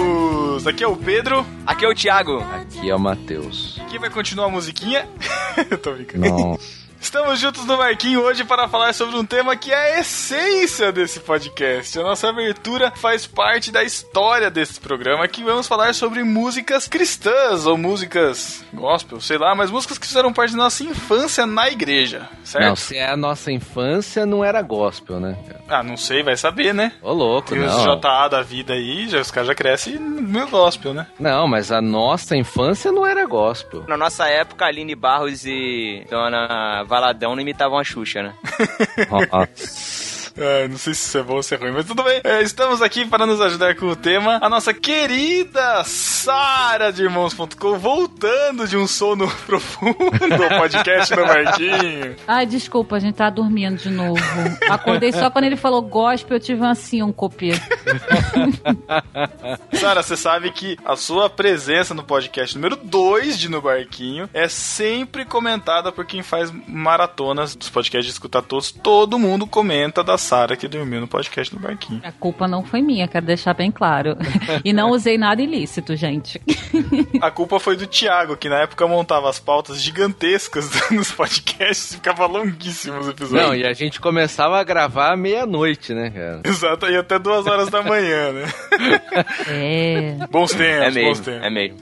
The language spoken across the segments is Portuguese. Podcast. Aqui é o Pedro. Aqui é o Thiago. Aqui é o Matheus. Aqui vai continuar a musiquinha. Eu tô brincando. Nossa. Estamos juntos no Marquinho hoje para falar sobre um tema que é a essência desse podcast. A nossa abertura faz parte da história desse programa, que vamos falar sobre músicas cristãs ou músicas gospel, sei lá, mas músicas que fizeram parte da nossa infância na igreja, certo? Não, se é a nossa infância, não era gospel, né? cara? Ah, não sei, vai saber, né? Ô, louco, Tem os não. JA da vida aí, já, os caras já crescem meio gospel, né? Não, mas a nossa infância não era gospel. Na nossa época, Aline Barros e Dona Valadão não imitavam a Xuxa, né? Nossa. É, não sei se isso é bom ou se é ruim, mas tudo bem. É, estamos aqui para nos ajudar com o tema. A nossa querida Sara de Irmãos.com, voltando de um sono profundo ao podcast do Marquinho. Ai, desculpa, a gente tá dormindo de novo. Acordei só quando ele falou gospel, eu tive assim um uma síncope. Sara, você sabe que a sua presença no podcast número 2 de No Barquinho é sempre comentada por quem faz maratonas dos podcasts de escutar todos. Todo mundo comenta da Sara que dormiu no podcast no Barquinho. A culpa não foi minha, quero deixar bem claro. E não usei nada ilícito, gente. A culpa foi do Thiago, que na época montava as pautas gigantescas nos podcasts e ficava longuíssimos os episódios. Não, e a gente começava a gravar à meia-noite, né, cara? Exato, e até duas horas da manhã, né? É. Bons tempos, é bons mesmo, tempos. é mesmo.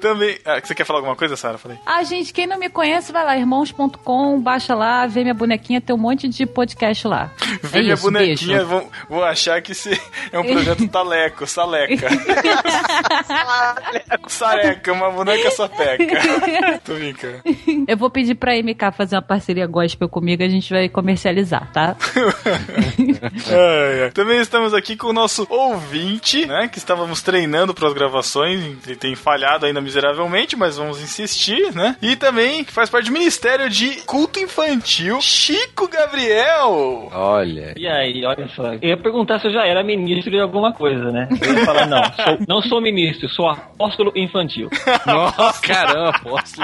Também. Ah, você quer falar alguma coisa, Sara? Falei. Ah, gente, quem não me conhece, vai lá, irmãos.com, baixa lá, vê minha bonequinha, tem um monte de podcast lá. Vê é minha isso, bonequinha, beijo. vão, vão achar que esse é um projeto taleco, saleca. Sareca, uma boneca sapeca. Tô brincando. Eu vou pedir pra MK fazer uma parceria gospel comigo, a gente vai comercializar, tá? Ai, ai. É, Também estamos aqui com o nosso ouvinte, né? Que estávamos treinando para as gravações, e tem falhado ainda miseravelmente, mas vamos insistir, né? E também faz parte do Ministério de Culto Infantil, Chico Gabriel. Olha. E aí, olha só. Eu ia perguntar se eu já era ministro de alguma coisa, né? Eu ia falar, não, sou- não sou ministro, sou apóstolo infantil. Nossa, caramba, posso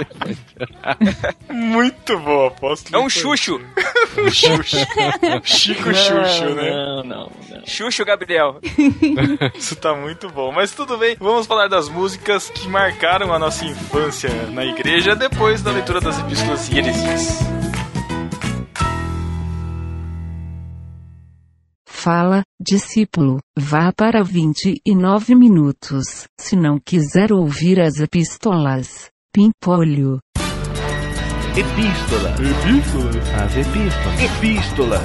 Muito bom, aposto. É um Xuxo. Xuxo. Chico Xuxo, É. né? Não, não, não. Xuxo Gabriel. Isso tá muito bom. Mas tudo bem, vamos falar das músicas que marcaram a nossa infância na igreja depois da leitura das epístolas e heresias. Fala, discípulo, vá para 29 minutos, se não quiser ouvir as epístolas. Pimpolho. Epístola. As epístolas. Epístola.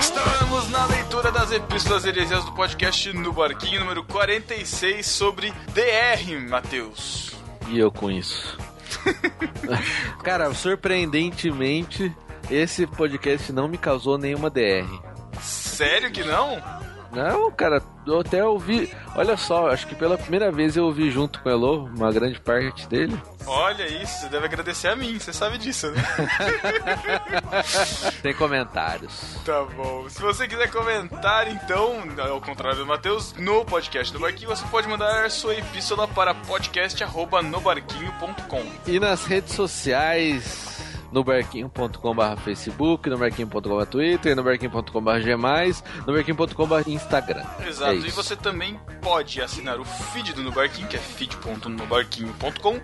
Estamos na leitura das epístolas e heresias do podcast no Barquinho número 46 sobre DR, Matheus. E eu com isso. Cara, surpreendentemente, esse podcast não me causou nenhuma DR. Sério que não? Não, cara, eu até ouvi. Olha só, acho que pela primeira vez eu ouvi junto com o Elo, uma grande parte dele. Olha isso, você deve agradecer a mim, você sabe disso, né? Tem comentários. Tá bom. Se você quiser comentar, então, ao contrário do Matheus, no podcast do Barquinho, você pode mandar sua epístola para podcast.nobarquinho.com. E nas redes sociais. No barquinho.com.br Facebook, no barquinho.com.br Twitter, no barquinho.com.br Gmais, no barquinho.com.br Instagram. Exato. É e isso. você também pode assinar o feed do No Barquinho, que é feed.nobarquinho.com.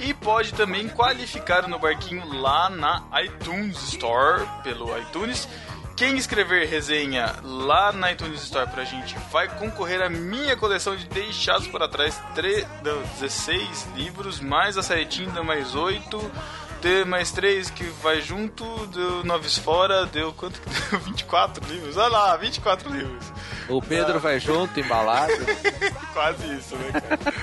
E pode também qualificar o No Barquinho lá na iTunes Store, pelo iTunes. Quem escrever resenha lá na iTunes Store pra gente vai concorrer à minha coleção de Deixados para Trás, tre- não, 16 livros, mais a Saetinha, dá mais 8, deu mais 3 que vai junto, deu 9 fora, deu quanto que deu? 24 livros, olha lá, 24 livros. O Pedro vai junto, embalado. Quase isso, né, cara?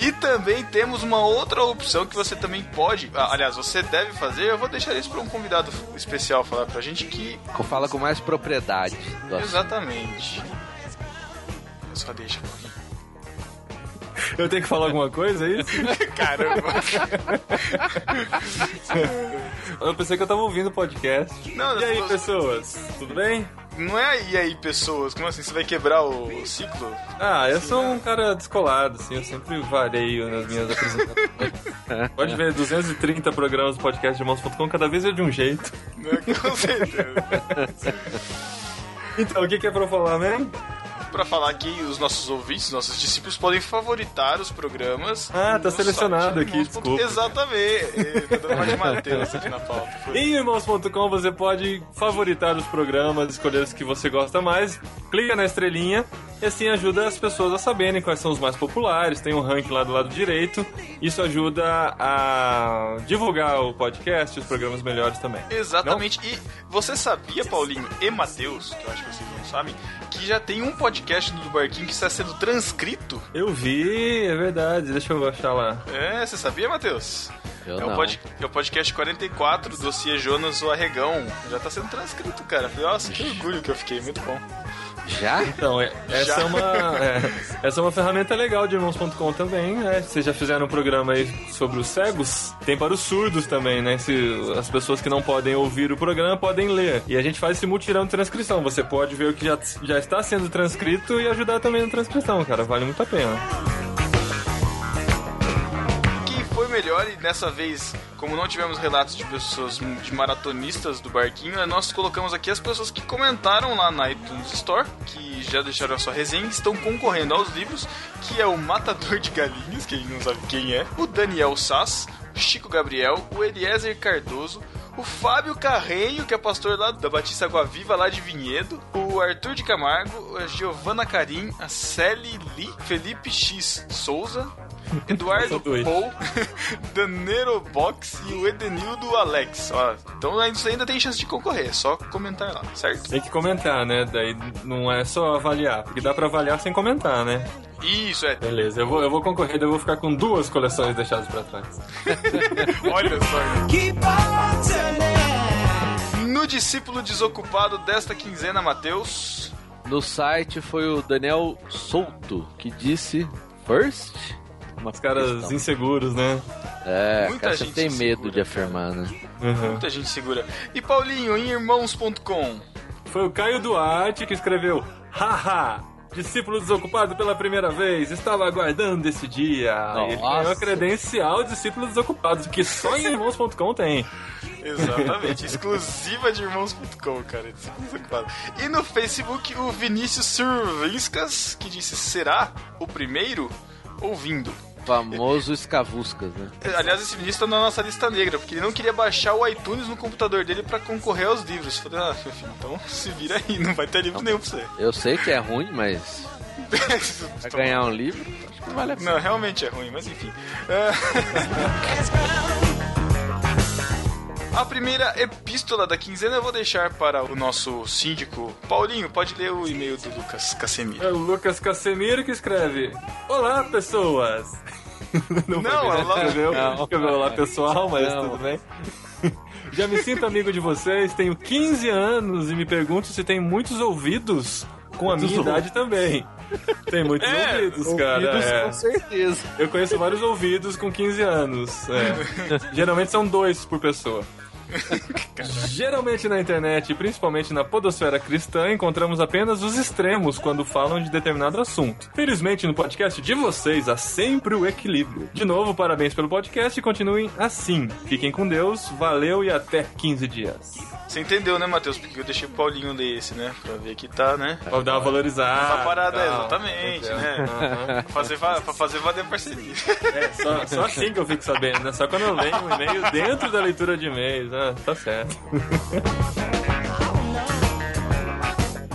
E também temos uma outra opção que você também pode, ah, aliás, você deve fazer. Eu vou deixar isso para um convidado especial falar pra gente que Fala com mais propriedade. do assunto. exatamente. Só deixa. um pouquinho. Eu tenho que falar alguma coisa, é isso? Caramba. Eu pensei que eu tava ouvindo o podcast. Não, e aí, você- pessoas? Tudo bem? Não é e aí, pessoas? Como assim? Você vai quebrar o ciclo? Ah, eu sou um cara descolado, assim, eu sempre vareio nas minhas apresentações. Pode ver, 230 programas do podcast de irmãos.com, cada vez é de um jeito. Né? Com certeza. Então, o que, que é pra eu falar mesmo? Pra falar que os nossos ouvintes, nossos discípulos, podem favoritar os programas. Ah, tá no selecionado site aqui, irmãos. desculpa. Exatamente. É, Tá dando uma de Matheus aqui na pauta. Foi. Em irmãos.com você pode favoritar os programas, escolher os que você gosta mais, clica na estrelinha e assim ajuda as pessoas a saberem quais são os mais populares, tem um ranking lá do lado direito. Isso ajuda a divulgar o podcast e os programas melhores também. Exatamente. E você sabia, Paulinho e Matheus, que eu acho que vocês não sabem, que já tem um podcast do Barquinho que está sendo transcrito? Eu vi, é verdade, deixa eu achar lá. É, você sabia, Matheus? Eu É o, não. pod- é o podcast 44, dossiê Jonas o Arregão. Já tá sendo transcrito, cara. Nossa, que orgulho que eu fiquei, muito bom. Já? Então, é- essa, Já. é uma, é, essa é uma ferramenta legal de irmãos.com também, né? Vocês já fizeram um programa aí sobre os cegos? Tem para os surdos também, né? Se as pessoas que não podem ouvir o programa podem ler. E a gente faz esse mutirão de transcrição. Você pode ver o que já, já está sendo transcrito e ajudar também na transcrição, cara. Vale muito a pena. que foi melhor e dessa vez, como não tivemos relatos de pessoas, de maratonistas do barquinho, nós colocamos aqui as pessoas que comentaram lá na iTunes Store, que já deixaram a sua resenha e estão concorrendo aos livros, que é o Matador de Galinhas, quem não sabe quem é, o Daniel Sass, o Chico Gabriel, o Eliezer Cardoso, o Fábio Carreio, que é pastor lá da Batista Água Viva, lá de Vinhedo, o Arthur de Camargo, a Giovana Carim, a Sally Lee, Felipe X Souza, Eduardo Nossa, dois. Paul, Danero Box e o Edenildo Alex. Ó, então ainda- você ainda tem chance de concorrer, é só comentar lá, certo? Tem que comentar, né? Daí não é só avaliar, porque dá para avaliar sem comentar, né? Isso, é. Beleza, eu vou, eu vou concorrer, daí eu vou ficar com duas coleções deixadas para trás. Olha só. No discípulo desocupado desta quinzena, Matheus. No site foi o Daniel Souto que disse first. Uma Os caras questão. inseguros, né? É, Muita cara, você gente tem se medo segura, de afirmar, né? Uhum. Muita gente segura. E Paulinho, em irmãos.com. Foi o Caio Duarte que escreveu: Haha! Discípulo desocupado pela primeira vez, estava aguardando esse dia. E Ele ganhou a Nossa. credencial Discípulo Desocupado, que só em irmãos.com tem. Exatamente, exclusiva de irmãos.com, cara. Discípulo desocupado. E no Facebook, o Vinícius Survinskas, que disse: será o primeiro ouvindo. Famoso escavuscas, né? Aliás, esse ministro tá na nossa lista negra, porque ele não queria baixar o iTunes no computador dele pra concorrer aos livros. Falei, ah, meu filho, então se vira aí, não vai ter livro nenhum pra Eu sei que é ruim, mas pra você. ganhar um livro, acho que vale a pena. não, realmente é ruim, mas enfim. É. A primeira epístola da quinzena eu vou deixar para o nosso síndico Paulinho. Pode ler o e-mail do Lucas Casemiro. É o Lucas Casemiro que escreve: Olá, pessoas! né? foi Não, bem, olá. escreveu, Não. escreveu olá, pessoal, mas Não. tudo bem. Já me sinto amigo de vocês, tenho 15 anos e me pergunto se tem muitos ouvidos com a minha idade também. Tem muitos É, ouvidos, cara. é. com certeza. Eu conheço vários ouvidos com 15 anos. é. Geralmente são dois por pessoa. Geralmente na internet, principalmente na podosfera cristã, encontramos apenas os extremos quando falam de determinado assunto. Felizmente, no podcast de vocês há sempre o equilíbrio. De novo, parabéns pelo podcast e continuem assim. Fiquem com Deus, valeu e até 15 dias. Você entendeu, né, Matheus? Porque eu deixei o Paulinho ler esse, né? Pra ver que tá, né? Pra dar uma valorizada. Essa parada, tal. exatamente, né? Aham. Pra fazer, va- pra fazer valer a parceria. É, só, só assim que eu fico sabendo, né? Só quando eu leio um e-mail dentro da leitura de e-mails. Ah, tá certo.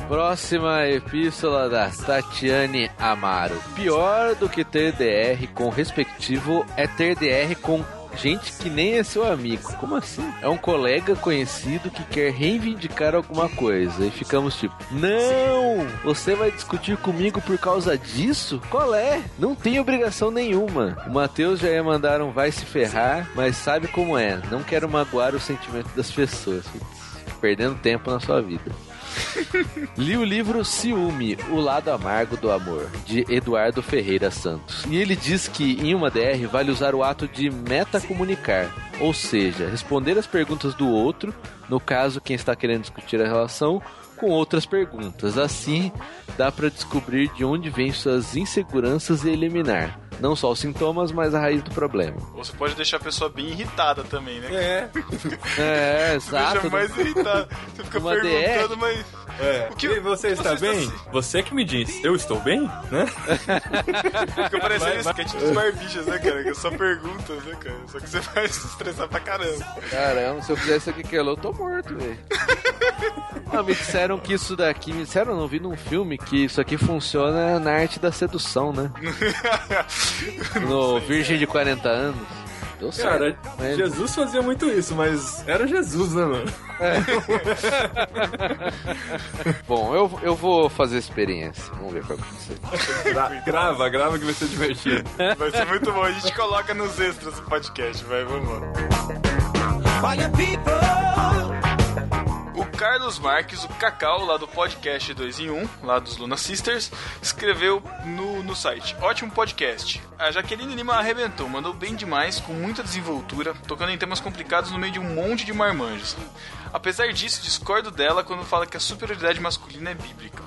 Próxima epístola da Tatiane Amaro. Pior do que ter DR com respectivo é ter DR com gente que nem é seu amigo. Como assim? É um colega conhecido que quer reivindicar alguma coisa. E ficamos tipo, não! Você vai discutir comigo por causa disso? Qual é? Não tem obrigação nenhuma. O Matheus já ia mandar um vai se ferrar, mas sabe como é. Não quero magoar o sentimento das pessoas. Putz, Perdendo tempo na sua vida. Li o livro Ciúme, O Lado Amargo do Amor, de Eduardo Ferreira Santos. E ele diz que em uma DR vale usar o ato de metacomunicar, ou seja, responder as perguntas do outro, no caso quem está querendo discutir a relação, com outras perguntas. Assim, dá pra descobrir de onde vêm suas inseguranças e eliminar não só os sintomas, mas a raiz do problema. Ou você pode deixar a pessoa bem irritada também, né? É, É, Você deixa exato. mais irritada. Você fica Uma perguntando, mas. é. O que- E você está você bem? está assim? Você que me diz. Eu estou bem? Né? Fica parecendo Vai, vai. sketch dos barbichas, né, cara? Que é só perguntas, né, cara? Só que você vai se estressar pra caramba. Caramba, se eu fizer isso aqui que é eu tô morto, velho. Ah, me disseram que isso daqui, me disseram, não vi num filme que isso aqui funciona na arte da sedução, né? No Virgem de 40 anos. Deu é. Cara, certo. Mas- Jesus fazia muito isso, mas era Jesus, né, mano? Bom, eu, eu vou fazer experiência. Vamos ver o que vai acontecer. Gra- grava, grava que vai ser divertido. Vai ser muito bom. A gente coloca nos extras do podcast, vai, vamos lá. O Carlos Marques, o Cacau, lá do podcast 2 em 1, lá dos Luna Sisters, escreveu no, no site. Ótimo podcast. A Jaqueline Lima arrebentou, mandou bem demais, com muita desenvoltura, tocando em temas complicados no meio de um monte de marmanjos. Apesar disso, discordo dela quando fala que é a superioridade masculina é bíblica.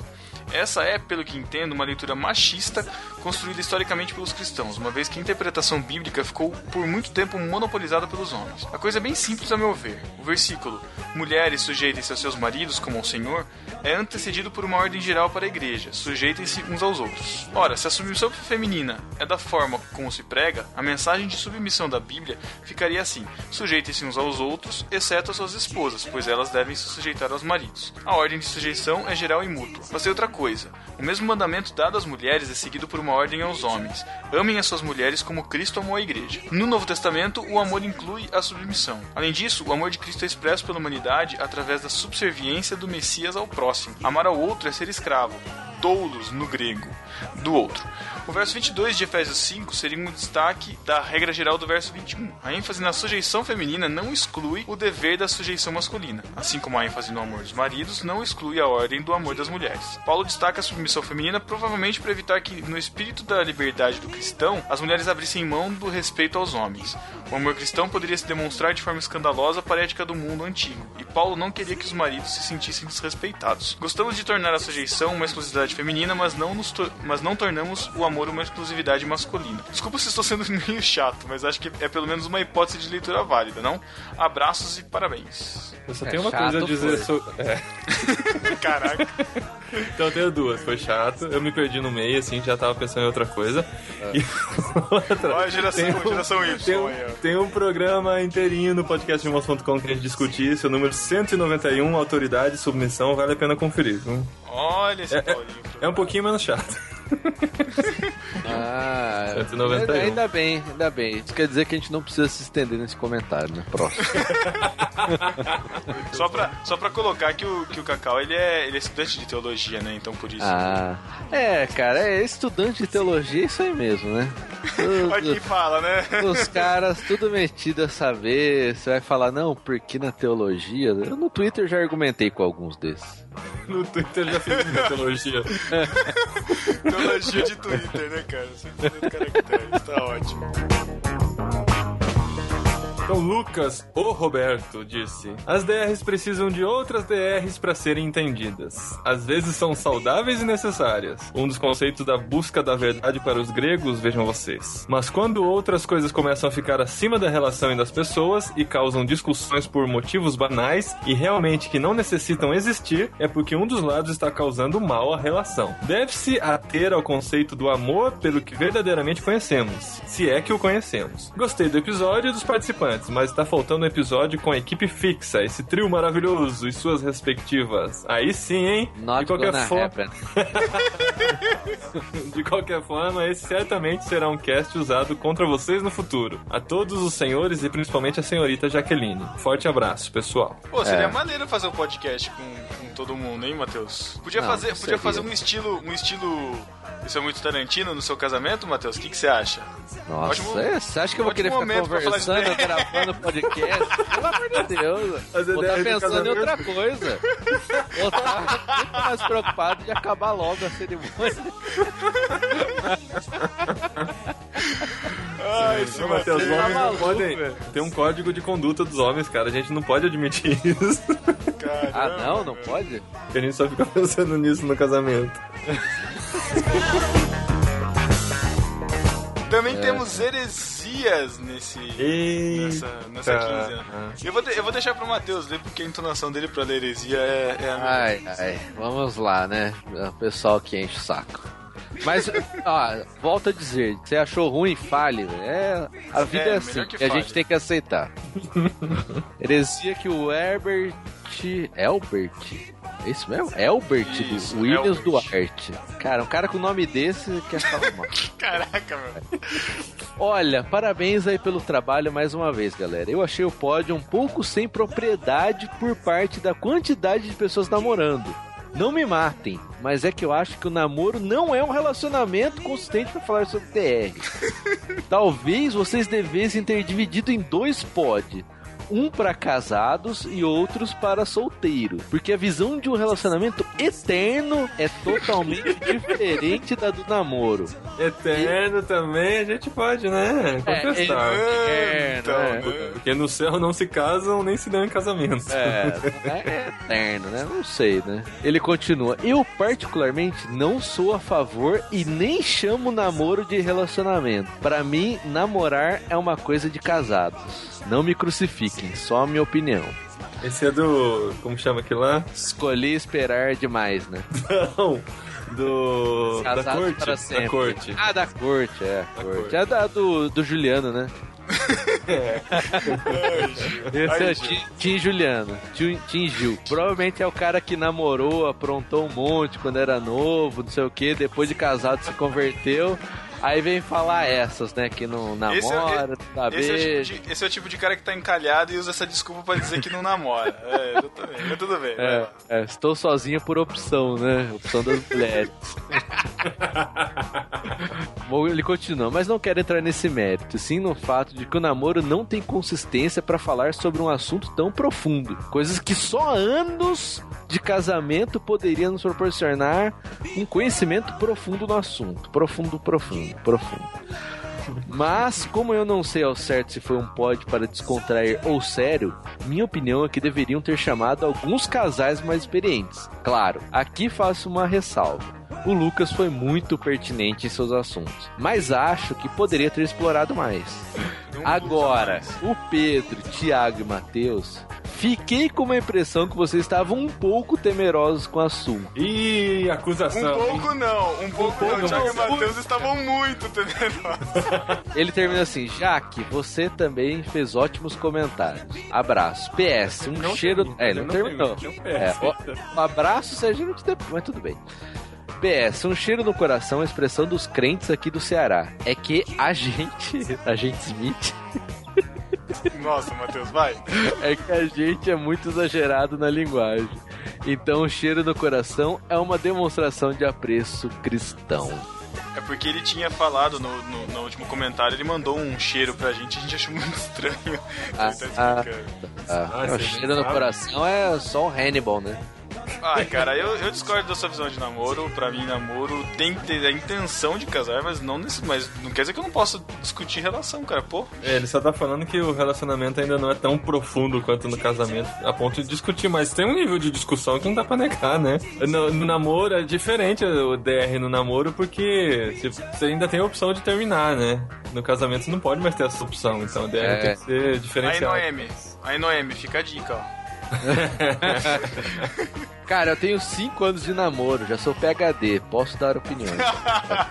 Essa é, pelo que entendo, uma leitura machista construída historicamente pelos cristãos, uma vez que a interpretação bíblica ficou por muito tempo monopolizada pelos homens. A coisa é bem simples a meu ver. O versículo Mulheres sujeitem-se a seus maridos como ao Senhor é antecedido por uma ordem geral para a igreja, sujeitem-se uns aos outros. Ora, se a submissão feminina é da forma como se prega, a mensagem de submissão da Bíblia ficaria assim: sujeitem-se uns aos outros, exceto às suas esposas, pois elas devem se sujeitar aos maridos. A ordem de sujeição é geral e mútua. Mas tem outra coisa: o mesmo mandamento dado às mulheres é seguido por uma ordem aos homens: amem as suas mulheres como Cristo amou a igreja. No Novo Testamento, o amor inclui a submissão. Além disso, o amor de Cristo é expresso pela humanidade através da subserviência do Messias ao próximo. Amar ao outro é ser escravo. Doulos no grego, do outro. O verso 22 de Efésios 5 seria um destaque da regra geral do verso 21. A ênfase na sujeição feminina não exclui o dever da sujeição masculina, assim como a ênfase no amor dos maridos não exclui a ordem do amor das mulheres. Paulo destaca a submissão feminina provavelmente para evitar que, no espírito da liberdade do cristão, as mulheres abrissem mão do respeito aos homens. O amor cristão poderia se demonstrar de forma escandalosa para a ética do mundo antigo, e Paulo não queria que os maridos se sentissem desrespeitados. Gostamos de tornar a sujeição uma exclusividade feminina, mas não, nos tor- mas não tornamos o amor uma exclusividade masculina. Desculpa se estou sendo meio chato, mas acho que é pelo menos uma hipótese de leitura válida, não? Abraços e parabéns. Eu só É tenho uma chato, coisa a dizer foi. sobre. É, Caraca. então eu tenho duas, foi chato. Eu me perdi no meio, assim, já tava pensando em outra coisa. É. E outra. Olha a é geração, Tem um- geração Y. Tem um, aí, ó. tem um programa inteirinho no podcast irmãos.com que a gente discute isso, é o número 191, autoridade, submissão, vale a pena conferir. viu? Olha esse É- é- Paulinho. É um pouquinho menos chato. Ah, 191. ainda bem, ainda bem. Isso quer dizer que a gente não precisa se estender nesse comentário, né? Próximo. Só pra, só pra colocar que o, que o Cacau ele é, ele é estudante de teologia, né? Então por isso. Ah, é, cara, é estudante de teologia, é isso aí mesmo, né? Olha quem Tudo- fala, né? Os caras tudo metido a saber, você vai falar, não, porque na teologia. Eu no Twitter já argumentei com alguns desses. No Twitter já fiz minha teologia. Teologia de Twitter, né, cara? 108 caracteres, tá ótimo. Então, Lucas, o Roberto, disse: As DRs precisam de outras DRs para serem entendidas. Às vezes são saudáveis e necessárias. Um dos conceitos da busca da verdade para os gregos, vejam vocês. Mas quando outras coisas começam a ficar acima da relação e das pessoas e causam discussões por motivos banais e realmente que não necessitam existir, é porque um dos lados está causando mal à relação. Deve-se ater ao conceito do amor pelo que verdadeiramente conhecemos, se é que o conhecemos. Gostei do episódio e dos participantes, mas está faltando um episódio com a equipe fixa, esse trio maravilhoso e suas respectivas. Aí sim, hein? Not de qualquer gonna forma, happen. de qualquer forma, esse certamente será um cast usado contra vocês no futuro. A todos os senhores e principalmente a senhorita Jaqueline. Forte abraço, pessoal. Pô, seria maneiro fazer um podcast com, com todo mundo, hein, Matheus? Podia, Não, fazer, podia seria. fazer um estilo. Um estilo. Isso é muito Tarantino no seu casamento, Matheus? O que que você acha? Nossa, Ótimo- é, você acha que eu vou querer ótimo ficar momento pra falar de conversando, gravando podcast? Pelo amor de Deus. As Vou estar ideias de pensando em um. casamento. outra coisa. Vou estar muito mais preocupado de acabar logo a cerimônia. Ai, esse Não, Ah, um Matheus, é os Matheus. homens não maluco, podem. Tem um código de conduta dos homens, cara. A gente não pode admitir isso. Ah, Caramba. não, não pode? A gente só fica pensando nisso no casamento. Também temos heresias nesse. Eita. Nessa, nessa quinzena. Eu vou, de- eu vou deixar pro Matheus ler, porque a entonação dele pra ler heresia é, é a mesma. Ai, ai, vamos lá, né? O pessoal que enche o saco. Mas, ó, volto a dizer, você achou ruim, fale. velho. É, a vida É, é, melhor assim, que e a fale. gente tem que aceitar. Heresia que o Herbert... Elbert? É isso mesmo? Elbert, Isso, do Williams Elbert. Duarte. Cara, um cara com nome desse quer falar mal. Ah. Caraca, mano. Olha, parabéns aí pelo trabalho mais uma vez, galera. Eu achei o pódio um pouco sem propriedade por parte da quantidade de pessoas namorando. Não me matem, mas é que eu acho que o namoro não é um relacionamento consistente pra falar sobre TR. Talvez vocês devessem ter dividido em dois pod. Um pra casados e outros para solteiro. Porque a visão de um relacionamento eterno é totalmente diferente da do namoro. Eterno também a gente pode, né? Contestar. É, então, né? né? Porque no céu não se casam nem se dão em casamento. É, é eterno, né? Não sei, né? Ele continua. Eu, particularmente, não sou a favor e nem chamo namoro de relacionamento. Pra mim, namorar é uma coisa de casados. Não me crucifiquem, só a minha opinião. Esse é do. Como chama aquilo lá? Escolhi esperar demais, né? Não. Do. da Casados corte. para da sempre. corte. Ah, da corte, é. a Corte. corte. É da, do, do Juliano, né? É. Esse é o Tim, Tim Juliano. Tim, Tim Gil. Provavelmente é o cara que namorou, aprontou um monte quando era novo, não sei o que, depois de casado se converteu. Aí vem falar essas, né? Que não Esse é o- namora, tá Esse é, o beijo. tipo de, esse é o tipo de cara que tá encalhado e usa essa desculpa pra dizer que não namora. É, eu também. Mas tudo bem. vai É, lá. é, estou sozinha por opção, né? Opção das mulheres. Bom, ele continua, mas não quero entrar nesse mérito, sim no fato de que o namoro não tem consistência para falar sobre um assunto tão profundo. Coisas que só anos de casamento poderiam nos proporcionar um conhecimento profundo no assunto. Profundo, profundo, profundo. Mas, como eu não sei ao certo se foi um pod para descontrair ou sério, minha opinião é que deveriam ter chamado alguns casais mais experientes. Claro, aqui faço uma ressalva. O Lucas foi muito pertinente em seus assuntos, mas acho que poderia ter explorado mais. Não Agora, usa mais. o Pedro, Thiago e Matheus, fiquei com a impressão que vocês estavam um pouco temerosos com o assunto. Ih, Um acusação. hein? pouco não, um pouco não. Um O Thiago e o Matheus estavam muito temerosos. Ele termina assim: Jaque, você também fez ótimos comentários. Abraço. PS, um cheiro. é, ele não, terminou. É, ó, um abraço, Sérgio, muito depois, mas tudo bem. PS, um cheiro no coração, a expressão dos crentes aqui do Ceará. É que a gente, a gente Smith, Nossa, Matheus, vai. é que a gente é muito exagerado na linguagem. Então, o cheiro no coração é uma demonstração de apreço cristão. É porque ele tinha falado no, no, no último comentário, ele mandou um cheiro pra gente, a gente achou muito estranho. Ah, Ele tá explicando. Ah, Nossa, o cheiro no sabe? coração é só o Hannibal, né? Ai, cara, eu, eu discordo da sua visão de namoro. Pra mim, namoro tem que ter a intenção de casar, mas não nesse. Mas não quer dizer que eu não posso discutir relação, cara. Pô, É, ele só tá falando que o relacionamento ainda não é tão profundo quanto no casamento, a ponto de discutir, mas tem um nível de discussão que não dá pra negar, né? No, no namoro é diferente o DR no namoro, porque se- você ainda tem a opção de terminar, né? No casamento você não pode mais ter essa opção, então o DR É. tem que ser aí diferenciado. Noemi. Aí Noemi, fica a dica, ó. Cara, eu tenho 5 anos de namoro, já sou PHD, posso dar opiniões. Tá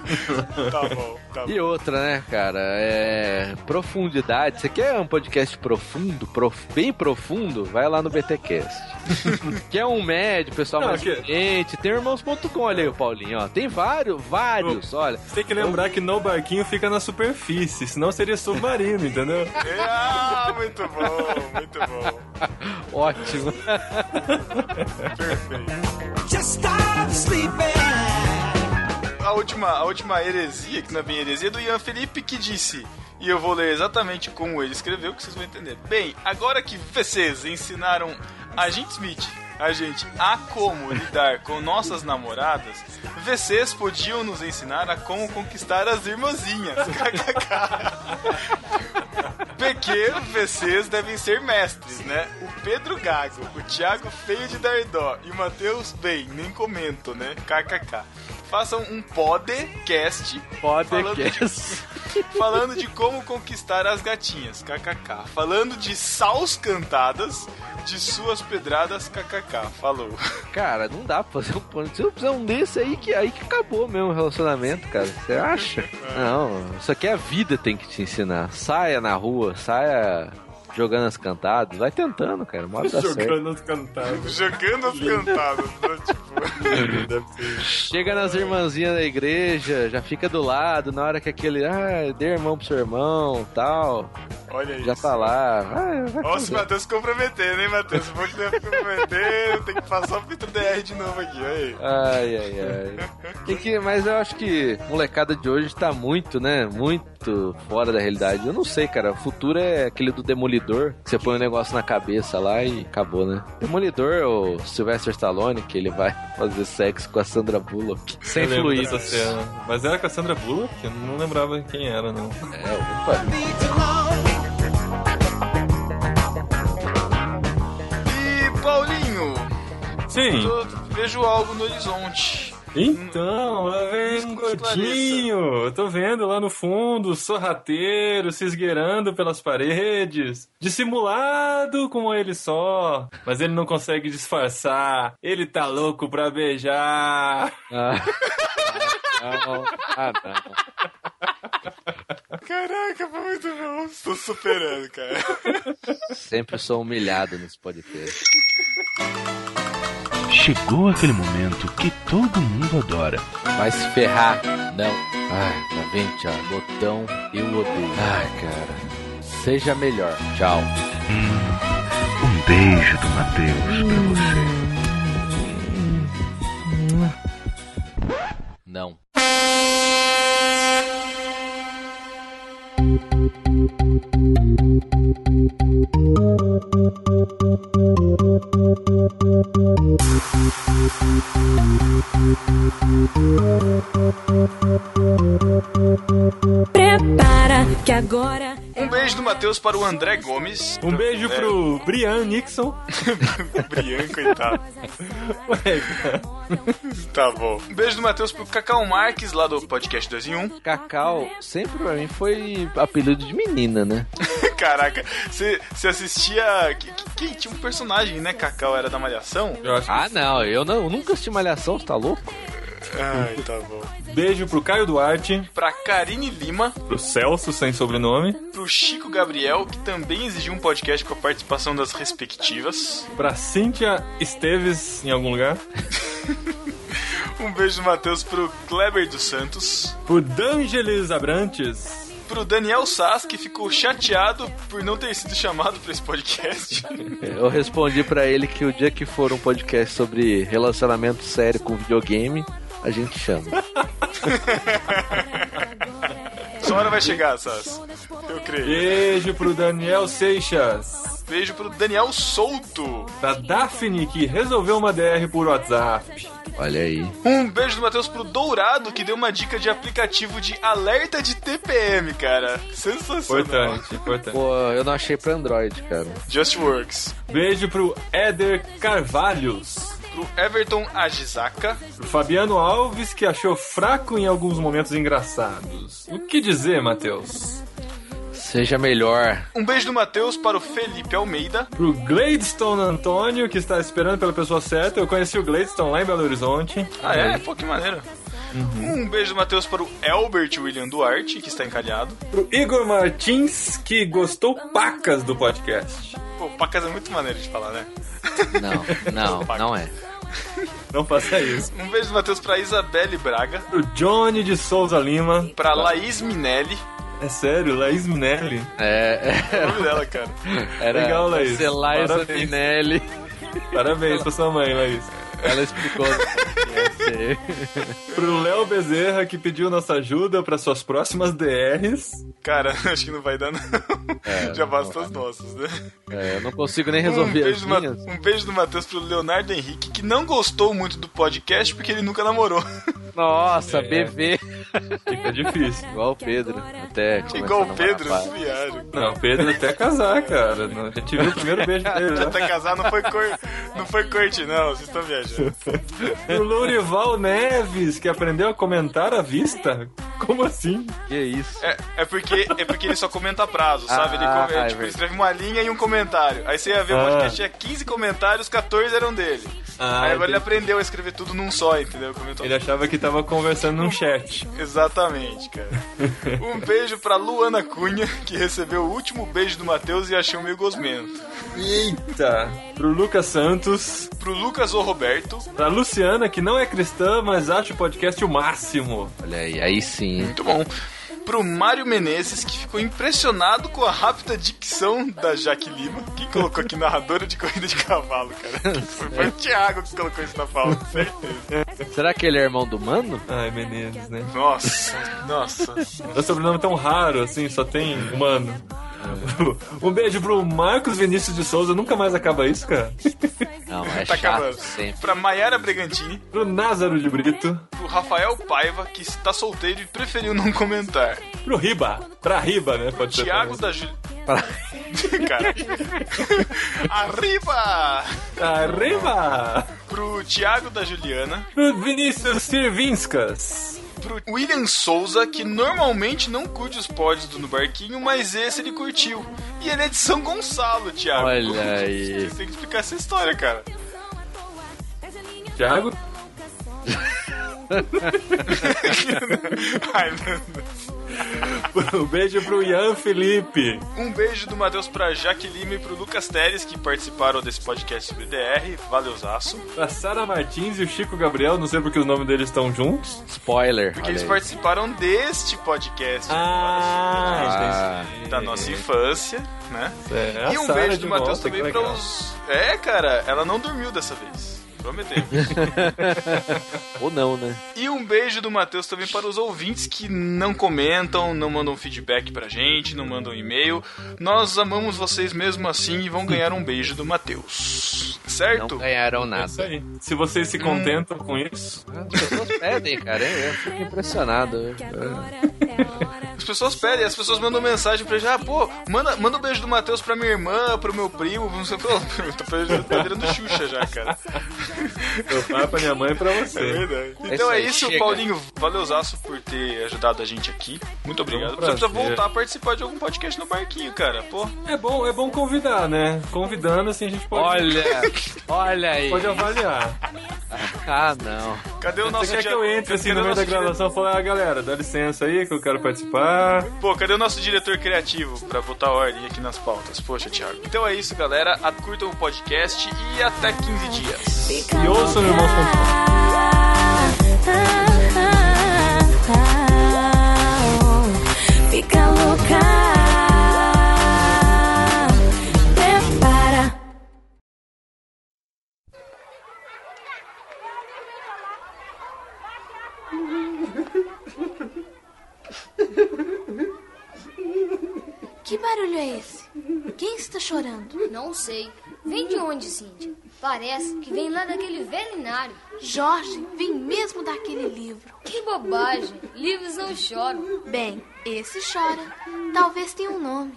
bom, tá bom. E outra, né, cara? É. Profundidade. Você quer um podcast profundo, prof- bem profundo? Vai lá no BTcast. quer um médio, pessoal Não, mais aqui- gente. Tem irmãos.com, olha aí o Paulinho, ó. Tem vários, vários, olha. Você tem que lembrar que no barquinho fica na superfície, senão seria submarino, entendeu? Ah, muito bom, muito bom. Ótimo. Perfeito. A última, a última heresia, que não é bem heresia, é do Ian Felipe, que disse. E eu vou ler exatamente como ele escreveu, que vocês vão entender. Bem, agora que vocês ensinaram a gente Smith, a gente, a como lidar com nossas namoradas, vocês podiam nos ensinar a como conquistar as irmãzinhas. KKK. PQVCs devem ser mestres, né? O Pedro Gago, o Thiago Feio de Dardó e o Matheus Bem, nem comento, né? KKK. Façam um podcast falando de Podcast. Falando de como conquistar as gatinhas, kkk. Falando de sals cantadas, de suas pedradas, kkk. Falou. Cara, não dá pra fazer um plano. Você não precisa um desse aí que aí que acabou mesmo o relacionamento, cara. Você acha? Não, isso aqui é a vida tem que te ensinar. Saia na rua, saia jogando as cantadas, vai tentando, cara. Uma hora dá certo. Jogando os cantados. Jogando as cantadas, né? tipo. Chega nas irmãzinhas da igreja, já fica do lado, na hora que aquele, ah, dê irmão pro seu irmão, tal, Olha isso. já tá lá. Ah, vai Nossa, o fazer. Matheus se comprometendo, hein, Matheus? Um Vou te comprometer, tem que passar o Pedro DR de novo aqui, aí. Ai, ai, ai. Tem que, mas eu acho que a molecada de hoje tá muito, né? Muito fora da realidade. Eu não sei, cara. O futuro é aquele do Demolidor, que você põe um negócio na cabeça lá e acabou, né? Demolidor, o Sylvester Stallone, que ele vai fazer sexo com a Sandra Bullock. Sem Eu lembro dessa fluidos. cena. Mas era com a Sandra Bullock? Eu não lembrava quem era, não. E Paulinho, Sim. tô- vejo algo no horizonte. Então, lá vem um gordinho. Eu tô vendo lá no fundo, sorrateiro, se esgueirando pelas paredes. Dissimulado como ele só. Mas ele não consegue disfarçar. Ele tá louco pra beijar. Ah, não. Ah, não. Caraca, foi muito bom. Estou superando, cara. Sempre sou humilhado nesse podcast. Chegou aquele momento que todo mundo adora. Mas ferrar, não. Ai, tá vendo, tchau. Botão, eu odeio. Ai, cara. Seja melhor. Tchau. Um beijo do Matheus pra você. Não. Prepara que agora Um beijo do Matheus para o André Gomes. Um beijo É, pro Brian Nixon. Brian, coitado. Tá bom. Um beijo do Matheus pro Cacau Marques, lá do podcast 2 em 1. Cacau sempre pra mim foi apelido de menina, né? Caraca, você você assistia. Que, que- que- tinha um personagem, né? Cacau era da Malhação? Eu acho Ah, não, eu não, eu nunca assisti Malhação, você tá louco? Ai, tá bom. que... Beijo pro Caio Duarte. Pra Karine Lima, Pro Celso, sem sobrenome. pro Chico Gabriel, que também exigiu um podcast com a participação das respectivas. Pra Cíntia Esteves, em algum lugar. Um beijo do Matheus pro Kleber dos Santos. Pro D'Angeles Abrantes. Pro Daniel Sass, que ficou chateado por não ter sido chamado pra esse podcast. Eu respondi pra ele que o dia que for um podcast sobre relacionamento sério com videogame, a gente chama. Sua hora vai chegar, Sass. Eu creio. Beijo pro Daniel Seixas. Beijo pro Daniel Souto. da Daphne que resolveu uma DR por WhatsApp. Olha aí. Um beijo do Matheus pro Dourado, que deu uma dica de aplicativo de alerta de TPM, cara. Sensacional. Importante, importante. Pô, eu não achei pra Android, cara. Just Works. Beijo pro Éder Carvalhos. Pro Everton Ajizaka. Pro Fabiano Alves, que achou fraco em alguns momentos engraçados. O que dizer, Matheus? Seja melhor. Um beijo do Matheus para o Felipe Almeida. Pro Gladstone Antônio, que está esperando pela pessoa certa. Eu conheci o Gladstone lá em Belo Horizonte. Ah, é? Pô, que maneiro. Um beijo do Matheus para o Albert William Duarte, que está encalhado. Pro Igor Martins, que gostou pacas do podcast. Pô, pacas é muito maneiro de falar, né? Não, não, não é. Não faça isso. Um beijo do Matheus para Isabelle Braga. Pro Johnny de Souza Lima. Para Laís Minelli. É sério, Laís Minelli. É, É o nome dela, cara. era Legal, Laís. você, Laísa Parabéns. Minelli. Parabéns pra sua mãe, Laís. Ela explicou. Pro Léo Bezerra, que pediu nossa ajuda para suas próximas DRs. Cara, acho que não vai dar, não. É, Já não basta vai. os nossos, né? É, eu não consigo nem Um resolver beijo, as do Ma- minhas. um beijo do Matheus pro Leonardo Henrique, que não gostou muito do podcast porque ele nunca namorou. Nossa, É. bebê. Fica difícil. Igual o Pedro. Até começar Igual a o namorar Pedro, a Bárbara. sumiário. Não, o Pedro até casar, cara. A gente viu o primeiro beijo dele. Já né? tá casado, não foi, cor... não foi corte, não. Vocês estão viajando. né? O Lourival Neves, que aprendeu a comentar à vista? Como assim? Que isso? É, é porque, é porque ele só comenta prazo, sabe? Ele, Ah, come- é tipo, verdade. escreve uma linha e um comentário. Aí você ia ver o Ah. podcast, tinha 15 comentários, 14 eram dele. Ah, Aí agora ele- ele aprendeu a escrever tudo num só, entendeu? Comentou Ele é- achava que tava conversando num chat. Exatamente, cara. Um beijo pra Luana Cunha, que recebeu o último beijo do Matheus e achou meio gosmento. Eita! Pro Lucas Santos, Pro Lucas ou Roberto, pra Luciana, que não é cristã, mas acha o podcast o máximo. Olha aí, aí sim. hein? muito bom. Pro Mário Menezes, que ficou impressionado com a rápida dicção da Jaque Lima, que colocou aqui narradora de corrida de cavalo, cara. Foi, foi o Thiago que colocou isso na fala, com certeza. Será que ele é irmão do Mano? Ai, Menezes, né? Nossa, nossa. É um sobrenome tão raro, assim, só tem humano. Um beijo pro Marcos Vinícius de Souza, nunca mais acaba isso, cara. Não, é Tá chato acabando. sempre. Pra Maiara Bragantini, Pro Názaro de Brito, pro Rafael Paiva, que está solteiro e preferiu não comentar. pro Riba, pra Riba, né? Pode ser. Tiago da Ju... Cara. Arriba! da Riba! Pro Tiago da Juliana. Pro Vinícius Sirvinskas. Pro William Souza, que normalmente não curte os pods do No Barquinho, mas esse ele curtiu. E ele é de São Gonçalo, Tiago. Olha aí. Você tem que explicar essa história, cara. Tiago? Ai, meu Deus. Um beijo pro Ian Felipe. um beijo do Matheus pra Jaque Lima e pro Lucas Teres, que participaram desse podcast sobre DR. Valeuzaço. Pra Sara Martins e o Chico Gabriel, não sei porque os nomes deles estão juntos. Spoiler. Porque olha eles aí. participaram deste podcast. né? Ah, Da tá nossa infância, né? É, E um beijo do Matheus também para os. É, cara, ela não dormiu dessa vez. Prometemos. Ou não, né? e um beijo do Matheus também para os ouvintes que não comentam, não mandam feedback pra gente, não mandam e-mail. Nós amamos vocês mesmo assim e vão ganhar um beijo do Matheus. Não Certo? ganharam É nada. isso aí. Se vocês Hum. se contentam com isso, As pessoas pedem, cara. Eu fico impressionado. As pessoas pedem, as pessoas mandam mensagem pra gente. Ah, pô, manda, manda um beijo do Matheus pra minha irmã, pro meu primo. Não sei o que. Eu Tô virando Xuxa já, cara. eu falo pra minha mãe e pra É você. verdade. É Então isso é aí, isso, chega. Paulinho. Valeuzaço por ter ajudado a gente aqui. Muito obrigado. um Você precisa prazer. voltar a participar de algum podcast no barquinho, cara. Pô, É bom, é bom convidar, né? Convidando, assim, a gente pode, olha aí. pode avaliar. Ah, não. cadê o nosso Você quer que dia- eu entre, assim, no cadê o meio da nosso dire- gravação e falar, ah, galera, dá licença aí que eu quero participar. Pô, cadê o nosso diretor criativo pra botar ordem aqui nas pautas? Poxa, Thiago. Então é isso, galera. A- Curtam o podcast e até 15 dias. E ouçam, irmãos, com- Fica louca. Prepara. Que barulho é esse? Quem está chorando? Não sei. Vem de onde, Cindy? Parece que vem lá daquele velinário. Jorge, vem mesmo daquele livro. Que bobagem. Livros não choram. Bem, esse chora. Talvez tenha um nome.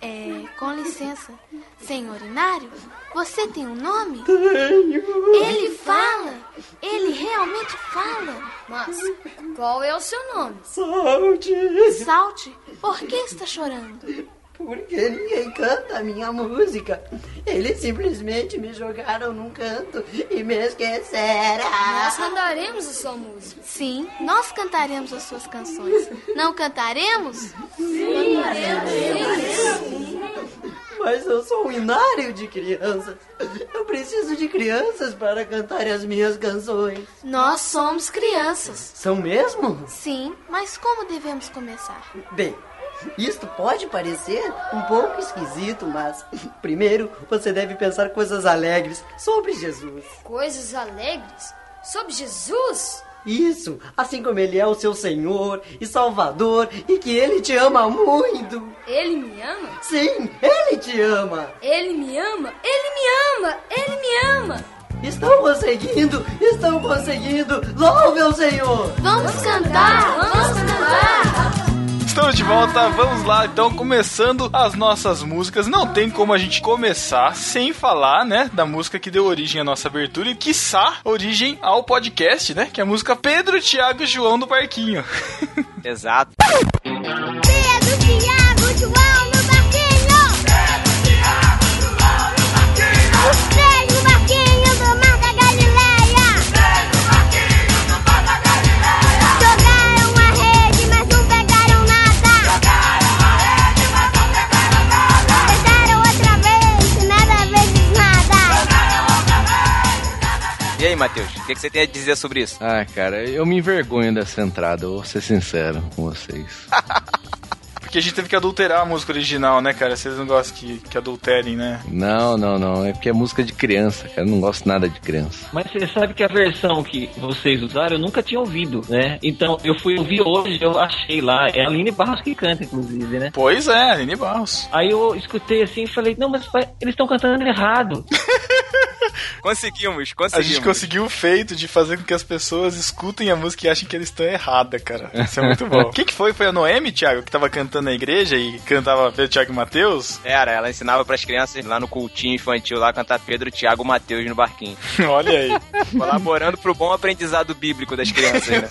É, com licença. Senhorinário, você tem um nome? Ele fala! Ele realmente fala! Mas qual é o seu nome? Salte, por que está chorando? Porque ninguém canta a minha música. Eles simplesmente me jogaram num canto e me esqueceram. Nós cantaremos a sua música. Ah. Sim, nós cantaremos as suas canções. Não cantaremos? Mas eu sou um inário de crianças. Eu preciso de crianças para cantar as minhas canções. Nós somos crianças. São mesmo? Sim, mas como devemos começar? Bem, isto pode parecer um pouco esquisito, mas primeiro você deve pensar coisas alegres sobre Jesus. Coisas alegres? Sobre Jesus? Isso, assim como ele é o seu Senhor e Salvador e que ele te ama muito. Ele me ama? Sim, ele te ama. Ele me ama? Ele me ama! Ele me ama! Estão conseguindo! Estão conseguindo! Louvem ao Senhor! Vamos cantar! Vamos cantar! Estamos de volta, vamos lá então, começando as nossas músicas. Não tem como a gente começar sem falar, né, da música que deu origem à nossa abertura e, quiçá, origem ao podcast, né, que é a música Pedro, Tiago e João do Barquinho. Exato. Pedro, Tiago, João no barquinho. Pedro, barquinho do Mar da Galileia. Jogaram a rede, mas não pegaram nada. Tentaram outra vez, nada vezes nada. E aí, Matheus, o que, que você tem a dizer sobre isso? Ah, cara, eu me envergonho dessa entrada, eu vou ser sincero com vocês. Porque a gente teve que adulterar a música original, né, cara? Vocês não gostam que, que adulterem, né? Não, não, não. É porque é música de criança, cara. Eu não gosto nada de criança. Mas você sabe que a versão que vocês usaram eu nunca tinha ouvido, né? Então eu fui ouvir hoje, eu achei lá. É a Aline Barros que canta, inclusive, né? Pois é, Aline Barros. Aí eu escutei assim e falei, não, mas pai, eles estão cantando errado. Conseguimos, A conseguimos. gente conseguiu o feito de fazer com que as pessoas escutem a música e achem que eles estão errada, cara. Isso é muito bom. O que, que foi? Foi a Noemi, Thiago, que tava cantando na igreja e cantava Pedro, Thiago e Matheus? Era, ela ensinava pras crianças lá no cultinho infantil lá cantar Pedro, Tiago, Mateus no barquinho. Olha aí. Colaborando pro bom aprendizado bíblico das crianças, né?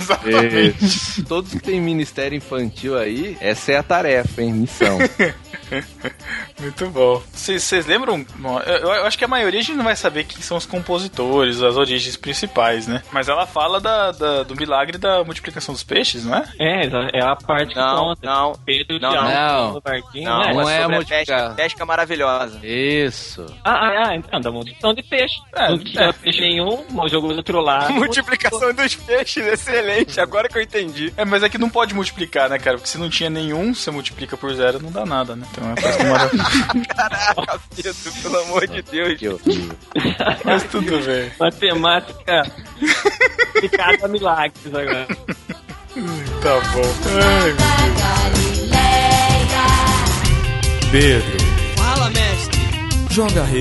Ei, Todos que têm ministério infantil aí, essa é a tarefa, hein? Missão. Muito bom. Vocês vocês lembram? Bom, Eu, eu acho que a maioria a gente não vai saber quem são os compositores, as origens principais, né? Mas ela fala da- da- do milagre da multiplicação dos peixes, não é? É, é a parte Não, que conta. não, Pedro, não, Tiago, não. João do barquinho, não, né? não é é sobre a multiplicar. pesca, pesca maravilhosa. Isso. Ah, ah, ah, então, da multiplicação de peixe. É, não tinha é. peixe nenhum, mas jogou do outro lado. Multiplicação dos peixes, excelente, agora que eu entendi. É, mas é que não pode multiplicar, né, cara? Porque se não tinha nenhum, você multiplica por zero, não dá nada, né? Então é pra tomar- Caraca, Pedro, pelo amor de Deus. Que horrível. Mas tudo bem. Matemática aplicada a milagres agora. Tá bom. Ai,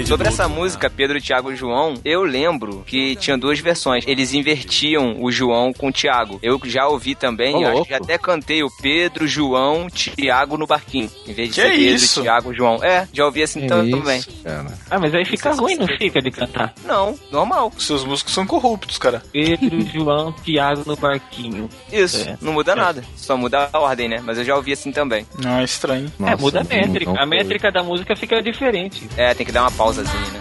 Sobre essa música, Pedro, Tiago e João, eu lembro que tinha duas versões. Eles invertiam o João com o Tiago. Eu já ouvi também, Ô, eu acho louco. que até cantei o Pedro, João, Tiago no barquinho. Em vez de Que ser Pedro, isso? Tiago, João. É, já ouvi assim Que Então, tanto isso, também. cara. Ah, mas aí fica ruim, não fica de cantar. Não, normal. Seus músicos são corruptos, cara. Pedro, João, Tiago no barquinho. Isso, É. não muda nada. Só muda a ordem, né? Mas eu já ouvi assim também. Não, é estranho. é, Nossa, muda a não- métrica. não a foi. métrica da música fica diferente. É, tem que dar uma pausazinha, né?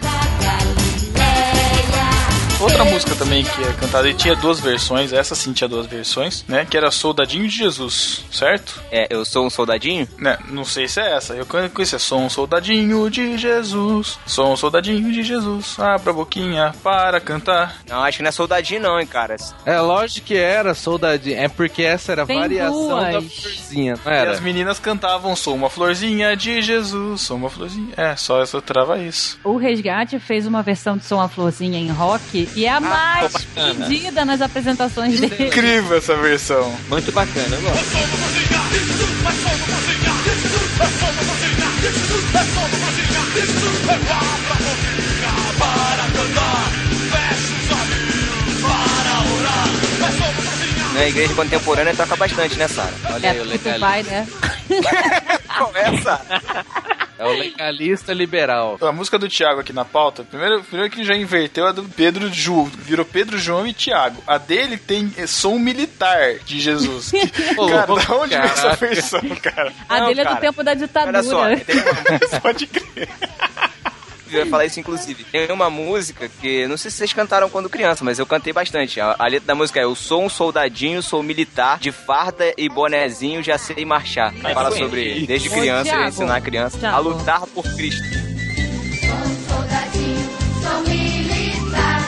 Outra música também que é cantada e tinha duas versões, essa sim tinha duas versões, né? Que era Soldadinho de Jesus, certo? É, eu sou um soldadinho? Né? Não sei se é essa. Eu con- conhecia Sou um soldadinho de Jesus, sou um soldadinho de Jesus, abra a boquinha para cantar. Não, acho que não é soldadinho não, hein, cara. É, lógico que era, soldadinho. É porque essa era a Tem variação duas. da florzinha, não E as era? meninas cantavam Sou uma florzinha de Jesus, sou uma florzinha. É, só essa trava isso. O Resgate fez uma versão de Som a Florzinha em rock e é Ah, a mais pedida nas apresentações dele. Incrível essa versão. Muito bacana, eu gosto. Na é igreja contemporânea toca bastante, né, Sara? Olha É aí, o porque tu legal. vai, né? Começa! É o legalista liberal. A música do Thiago aqui na pauta, primeiro, primeiro que ele já inverteu a do Pedro Ju, virou Pedro João e Thiago. A dele tem é, som militar de Jesus. Ô, cara, louco, da onde vem essa caraca. versão, cara? A Não, dele é do cara. tempo da Olha ditadura. só, tem uma, Pode crer. eu ia falar isso inclusive. Tem uma música que não sei se vocês cantaram quando criança, mas eu cantei bastante. A, a letra da música é Eu sou um soldadinho, sou militar, de farda e bonezinho, já sei marchar. Fala sobre desde Ô, criança, eu Thiago. ensinar a criança a Thiago. lutar por Cristo. Sou um soldadinho, sou militar,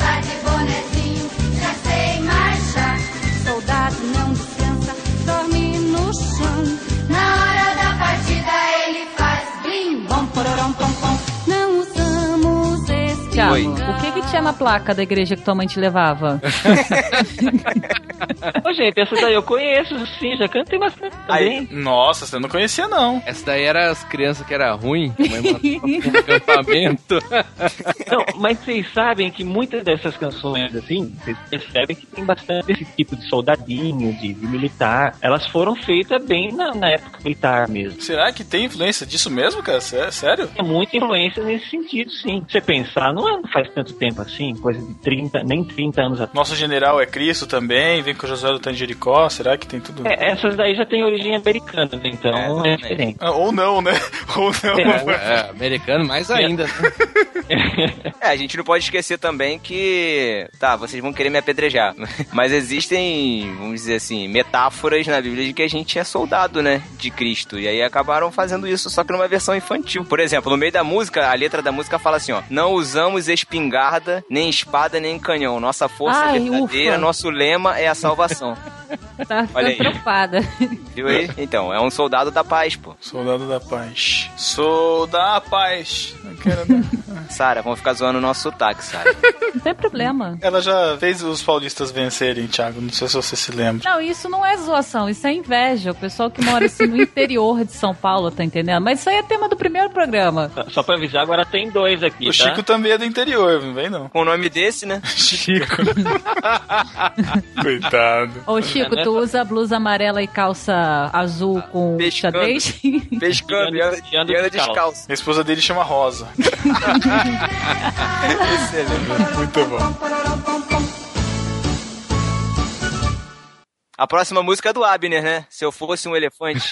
tá de farda e bonezinho, já sei marchar. Soldado não descansa, dorme no chão. Na hora da partida ele faz blim, bom, pororom, pom, pom. Não usamos esse é Tiago, Oi. o que que tinha na placa da igreja que tua mãe te levava? Ô, gente, essa daí eu conheço, sim, já cantei bastante também. Nossa, você não conhecia, não. Essa daí era as crianças que era ruim, que a mãe mandava pro acampamento. Não, mas vocês sabem que muitas dessas canções, assim, vocês percebem que tem bastante esse tipo de soldadinho, de, de militar. Elas foram feitas bem na, na época militar mesmo. Será que tem influência disso mesmo, cara? Sé- Sério? Tem muita influência nesse sentido, sim. Você pensar, não é- não faz tanto tempo assim, coisa de 30, nem 30 anos atrás. Nosso general é Cristo também, vem com José do Tangericó, será que tem tudo? É, essas daí já tem origem americana, né? então é, diferente. Ah, Ou não, né? Ou não. É, americano mais ainda. né? É, a gente não pode esquecer também que. Tá, vocês vão querer me apedrejar. Mas existem, vamos dizer assim, metáforas na Bíblia de que a gente é soldado, né? De Cristo. E aí acabaram fazendo isso, só que numa versão infantil. Por exemplo, no meio da música, a letra da música fala assim: ó. Não usamos espingarda, nem espada, nem canhão. Nossa força Ai, é verdadeira, ufa. nosso lema é a salvação. Tá ficando Olha aí. preocupada. Viu aí? Então, é um soldado da paz, pô. Soldado da paz. Sou da paz. Não quero não. Sara, vão ficar zoando o nosso sotaque, Sara. Não tem problema. Ela já fez os paulistas vencerem, Thiago. Não sei se você se lembra. Não, isso não é zoação, isso é inveja. O pessoal que mora assim no interior de São Paulo, tá entendendo? Mas isso aí é tema do primeiro programa. Só pra avisar, agora tem dois aqui, O tá? Chico também é do interior, não vem não. Com o nome desse, né? Chico. Coitado. é, Ô Chico, né? tu usa blusa amarela e calça azul com xadrez? Pescando, e anda- e anda descalço. A esposa dele chama Rosa. Excelente. Muito bom. A próxima música é do Abner, né? Se eu fosse um elefante.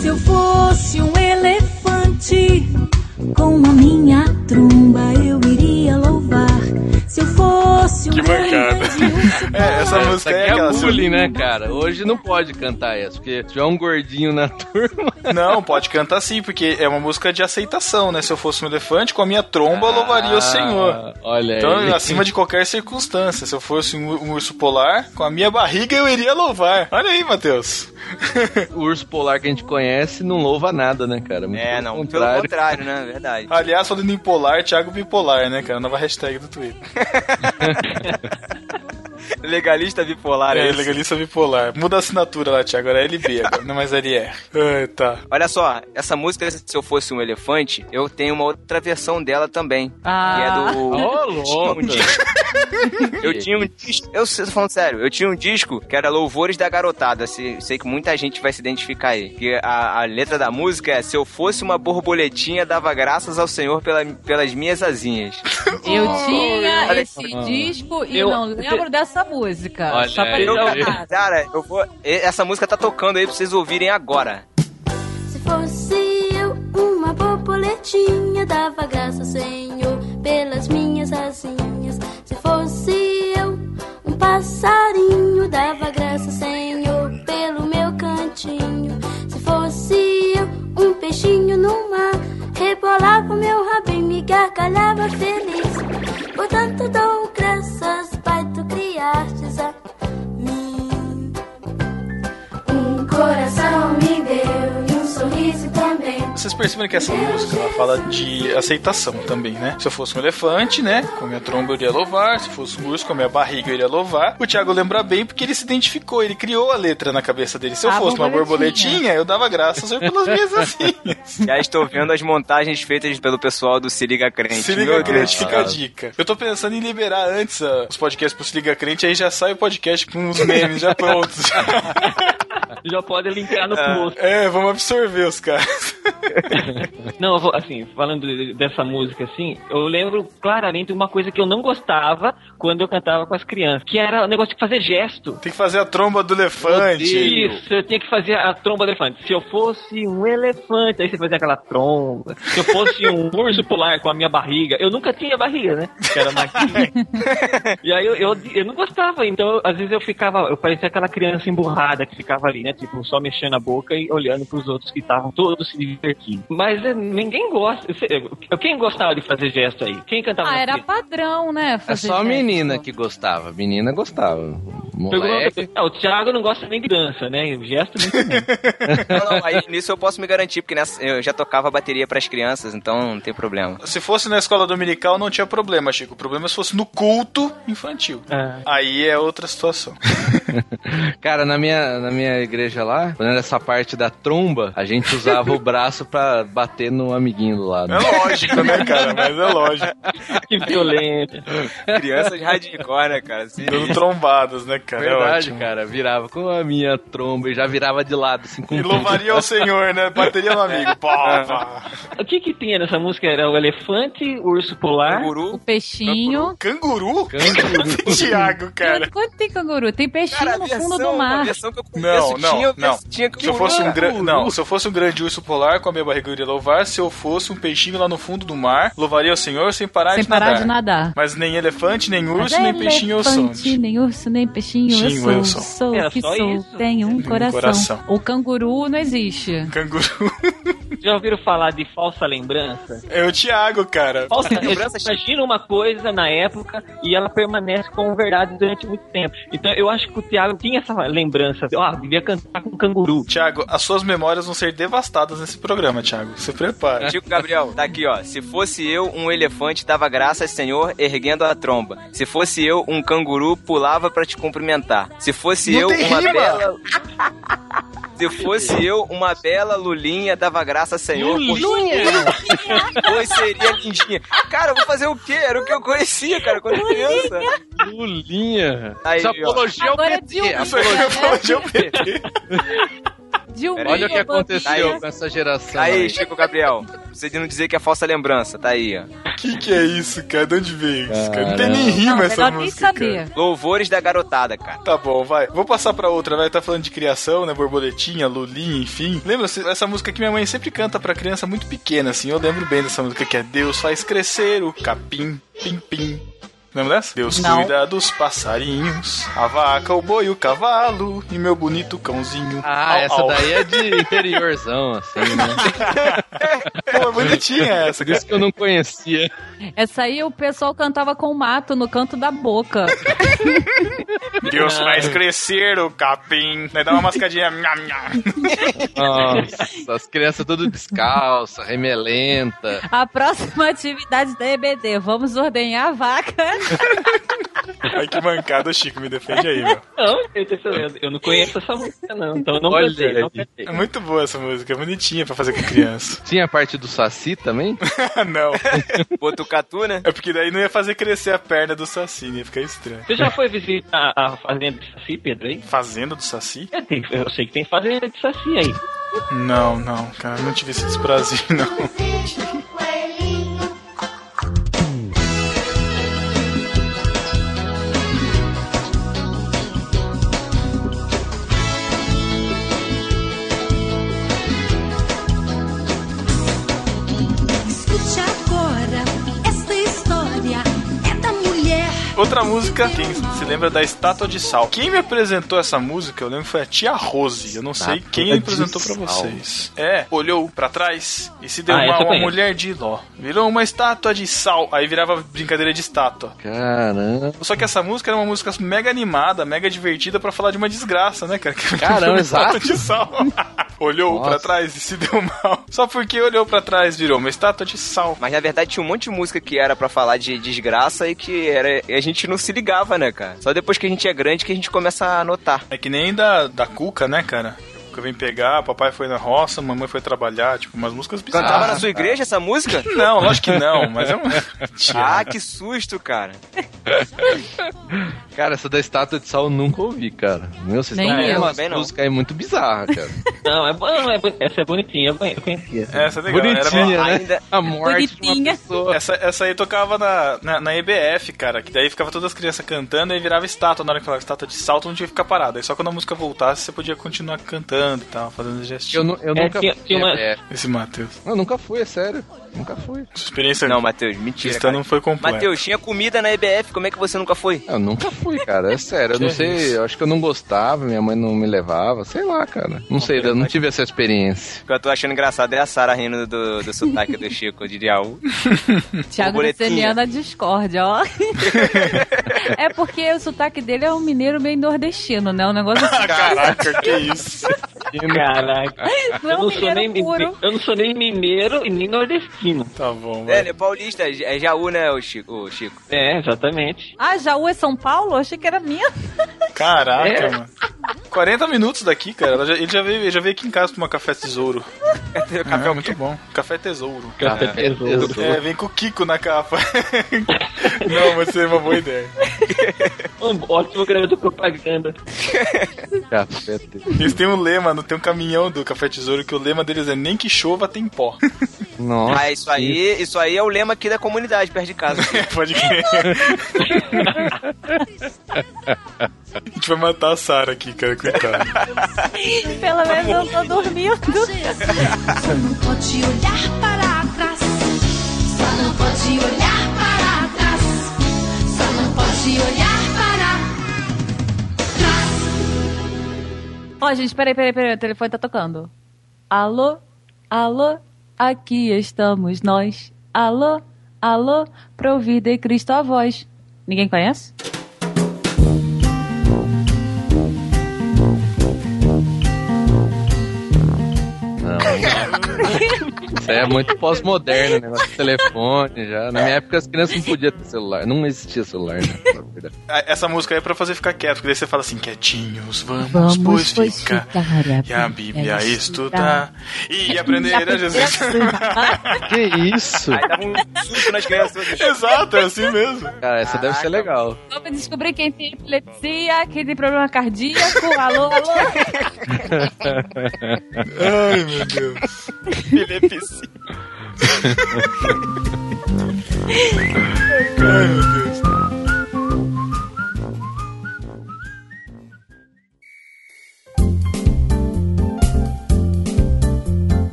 Se eu fosse um elefante, com a minha tromba eu iria louvar. Se eu fosse um Que mancada. É, essa música aqui é aquela. se- bullying, né, cara? Hoje não pode cantar essa, porque se tiver um gordinho na turma. Não, pode cantar sim, porque é uma música de aceitação, né? Se eu fosse um elefante, com a minha tromba eu Ah. louvaria o Senhor. Olha Então, aí. acima de qualquer circunstância, se eu fosse um, um urso polar, com a minha barriga eu iria louvar. Olha aí, Matheus. O urso polar que a gente conhece não louva nada, né, cara? Muito é, pelo não. Pelo contrário. contrário, né? Verdade. Aliás, falando em polar, Thiago Bipolar, né, cara? Nova hashtag do Twitter. Legalista bipolar, É, é, isso. legalista bipolar. Muda a assinatura lá, Thiago. Agora é LB, agora, não mais LR. Ai, tá. Olha só, essa música, se eu fosse um elefante, eu tenho uma outra versão dela também. Que é Ah. do. Ô, louco. Um disco. Eu tinha um disco. Eu sei, tô falando sério, eu tinha um disco que era Louvores da Garotada. Se- Sei que muita gente vai se identificar aí. Que a, a letra da música é: Se eu fosse uma borboletinha, dava graças ao Senhor pela- pelas minhas asinhas. Eu Oh, tinha olha esse disco e Eu- não lembro dessa música. Olha só pra aí. lembrar. Cara, eu vou. e- Essa música tá tocando aí pra vocês ouvirem agora. Se fosse eu uma borboletinha, dava graça, Senhor, pelas minhas asinhas. Se fosse eu um passarinho, dava graça, Senhor, pelo meu cantinho. Se fosse eu um peixinho no mar, rebolava o meu rabinho e gargalhava feliz. Portanto, dou graças, Pai, tu criastes a mim. Um coração me deu e um sorriso também. Vocês percebem que essa música ela fala de aceitação também, né? Se eu fosse um elefante, né? Com a minha tromba eu iria louvar. Se eu fosse um urso, com a minha barriga eu iria louvar. O Thiago lembra bem porque ele se identificou, ele criou a letra na cabeça dele. Se eu A fosse Ah, uma borboletinha. borboletinha, eu dava graças ao Senhor pelas minhas assim. asinhas. Já estou vendo as montagens feitas pelo pessoal do Se Liga Crente. Se liga Meu crente, Deus, fica a cara. dica. Eu tô pensando em liberar antes ah, os podcasts pro Se Liga Crente, aí já sai o podcast com os memes já prontos. tá- Já pode linkar no post. É, vamos absorver os caras. Não, eu vou- assim, falando de- dessa música, assim, eu lembro claramente uma coisa que eu não gostava quando eu cantava com as crianças, que era o negócio de fazer gesto. Tem que fazer a tromba do elefante. Isso, eu tinha que fazer a tromba do elefante. Se eu fosse um elefante, aí você fazia aquela tromba. Se eu fosse um urso polar com a minha barriga, eu nunca tinha barriga, né? Que era magrinha. e aí eu, eu, eu não gostava, então eu- às vezes eu ficava, eu parecia aquela criança emburrada que ficava ali, né? Tipo, só mexendo a boca e olhando pros outros que estavam todos se divertindo. Mas eh, ninguém gosta. eu- Quem gostava de fazer gesto aí? Quem cantava? Ah, na era fila? padrão, né? É fazer só a gesto. menina que gostava. Menina gostava. Pergunta- Ah, o Thiago não gosta nem de dança, né? O gesto muito menos. Não, não, aí nisso eu posso me garantir, porque nessa, eu já tocava bateria pras crianças, então não tem problema. Se fosse na escola dominical, não tinha problema, Chico. O problema é se fosse no culto infantil. Aí é outra situação. Cara, na minha, na minha igreja lá, quando era essa parte da tromba, a gente usava o braço pra bater no amiguinho do lado. É lógico, né, cara? Mas é lógico. Que violento. Crianças hardcore, né, cara? Assim, Dando trombadas, né, cara? é Verdade, ótimo. cara. Virava com a minha tromba e já virava de lado, assim, com E louvaria ao Senhor, né? Bateria no amigo. Pá, pá. O que que tinha nessa música? Era o elefante, o urso É? polar... O peixinho. Canguru? Tiago, cara. Quanto tem canguru? Tem peixinho no fundo do mar. Não, não, tinha- não. tinha que se eu fosse um colocar. grande, não, se eu fosse um grande urso polar com a minha barriga eu iria louvar, se eu fosse um peixinho lá no fundo do mar, louvaria o Senhor sem parar Sem de parar nadar. de nadar. Mas nem elefante, nem urso, Mas é nem peixinho eu sou. elefante, Nem urso, nem peixinho, eu Peixinho, sou. eu sou. sou. Era que só sou. isso? Tenho um coração. coração. O canguru não existe. Canguru. Já ouviram falar de falsa lembrança? É o Thiago, cara. Falsa Cara, lembrança. Imagina uma coisa na época e ela permanece como verdade durante muito tempo. Então eu acho que o Thiago tinha essa lembrança. Ah, devia cantar com canguru. Thiago, as suas memórias vão ser devastadas nesse programa, Thiago. Se prepara. Chico Gabriel, tá aqui, ó. Se fosse eu, um elefante dava graças, Senhor, erguendo a tromba. Se fosse eu, um canguru pulava pra te cumprimentar. Se fosse Não eu, tem uma rima. bela. Se fosse eu, uma bela lulinha dava graças, Senhor. por- Pois seria lindinha. Cara, eu vou fazer o quê? Era o que eu conhecia, cara, quando criança. Lulinha. Aí, Essa ó. apologia ao Agora é PT. Dilminha, apologia- né? apologia ao PT. Dilminha, Olha o que aconteceu Aí- com essa geração. né? Aí, Chico Gabriel, você não dizer que é falsa lembrança, tá aí, ó. Que que é isso, cara? De onde veio isso, cara? Não tem nem rima essa música, cara. Louvores da garotada, cara. Tá bom, vai. Vou passar pra outra, vai. Tá falando de criação, né? Borboletinha, lulinha, enfim. Lembra se- essa música que minha mãe sempre canta pra criança muito pequena, assim. Eu lembro bem dessa música que é Deus faz crescer o capim, pim, pim. Lembra dessa? Deus Não. cuida dos passarinhos, a vaca, o boi, o cavalo e meu bonito cãozinho. Ah, Au, essa au. daí é de interiorzão, assim, né? Pô, é bonitinha essa, Por isso que eu não conhecia. Essa aí o pessoal cantava com o mato no canto da boca. Deus faz crescer o capim. Daí dá uma mascadinha. nham, nham. Nossa, as crianças tudo descalça, remelenta. A próxima atividade da EBD. Vamos ordenhar a vaca. Ai, que mancada, Chico. Me defende aí, meu. Não, eu, tô falando, eu não conheço essa música, não. Então eu não Olha cantei, não aí. cantei. É muito boa essa música. É bonitinha pra fazer com criança. Tinha a parte do Saci também? não. Botucatu, né? É porque daí não ia fazer crescer a perna do Saci, né? ia ficar estranho. Você já foi visitar a fazenda de Saci, Pedro, aí? Fazenda do Saci? Eu, tenho- eu sei que tem fazenda de Saci aí. Não, não, cara, não tive esse desprazer, não. Escute agora esta história é da mulher. Outra música, quem se lembra da Estátua de Sal. Quem me apresentou essa música, eu lembro, foi a tia Rose. Eu não sei Estátua quem de apresentou pra Sal. vocês. É, olhou pra trás e se deu Ah, uma, essa eu uma conheço. mulher de ló. Virou uma estátua de sal. Aí virava brincadeira de estátua. Caramba. Só que essa música era uma música mega animada, mega divertida pra falar de uma desgraça, né, cara? Caramba, exato. Estátua de sal. olhou pra trás e se deu mal. Só porque olhou pra trás virou uma estátua de sal. Mas na verdade tinha um monte de música que era pra falar de desgraça e que era e a gente não se ligava, né, cara? Só depois que a gente é grande que a gente começa a notar. É que nem da, da Cuca, né, cara? Que eu vim pegar, papai foi na roça, mamãe foi trabalhar, tipo, umas músicas bizarras. Cantava na sua igreja essa música? Não, lógico que não, mas é um. Ah, que susto, cara. Cara, essa da estátua de sal eu nunca ouvi, cara. Meu, vocês Nem estão eu. vendo uma Também não. música aí muito bizarra, cara. Não, é, bo- não, é bo- essa é bonitinha, eu conhe- eu conhecia. Essa é legal. era bem- Bonitinha, né? Ainda- A morte de uma Bonitinha. Essa, essa aí tocava na, na, na EBF, cara, que daí ficava todas as crianças cantando e virava estátua. Na hora que falava estátua de salto, não tinha que ficar parado. Aí só quando a música voltasse, você podia continuar cantando cantando e tal, fazendo gestinho. Eu nu- eu É, nunca tinha- fui, tinha uma- é. Esse Matheus. Eu nunca fui, é sério. Nunca fui. Experiência Não, Matheus, mentira. cristã não foi completa. Matheus, tinha comida na EBF, como é que você nunca foi? Eu nunca fui, cara. É sério. Eu não Que sei. isso? Eu acho que eu não gostava, minha mãe não me levava. Sei lá, cara. Não sei, eu não tive essa experiência. O que eu tô achando engraçado é a Sara rindo do, do sotaque do Chico de Diaú. Thiago Borboletinha. Luceniana discórdia, ó. é porque o sotaque dele é um mineiro meio nordestino, né? Um negócio assim. Caraca, que isso? Caraca. Não é um mineiro nem, puro. eu não sou nem mineiro e nem nordestino. Tá bom, É, ele é paulista, é Jaú, né, o Chico? O Chico. É, exatamente. Ah, Jaú é São Paulo? Eu achei que era minha. Caraca, É. mano. 40 minutos daqui, cara. Ela já- ele já veio, ele já veio aqui em casa tomar café tesouro. café é muito bom. Café tesouro. Café É. tesouro. É, vem com o Kiko na capa. Não, mas seria uma boa ideia. Um ótimo garoto propaganda. Eles têm um lema, não tem um caminhão do café tesouro que o lema deles é nem que chova tem pó. Nossa. ah, isso aí, isso aí é o lema aqui da comunidade, perto de casa. Pode crer. A gente vai matar a Sara aqui, cara, coitado. Pelo menos eu tô dormindo. Só não pode olhar para trás. Só não pode olhar para trás. Só não pode olhar para Ó, gente, peraí, peraí, peraí. O telefone tá tocando. Alô? Alô? Aqui estamos nós. Alô? Alô? Pra ouvir de Cristo a voz. Ninguém conhece? Não, não. Isso aí é muito pós-moderno, né? negócio de telefone já. Na minha época as crianças não podiam ter celular. Não existia celular, né? na verdade. A- Essa música aí é pra fazer ficar quieto, porque daí você fala assim, quietinhos, vamos, Vamos, pois, pois ficar. ficar e a Bíblia Tá. estudar. E aprender a Jesus. Que isso? Aí dava um susto nas crianças. Exato, é assim mesmo. Cara, essa deve ser legal. Só pra descobrir quem tem epilepsia, quem tem problema cardíaco. Alô, alô? Ai, meu Deus. Epilepsia. Ai, meu Deus.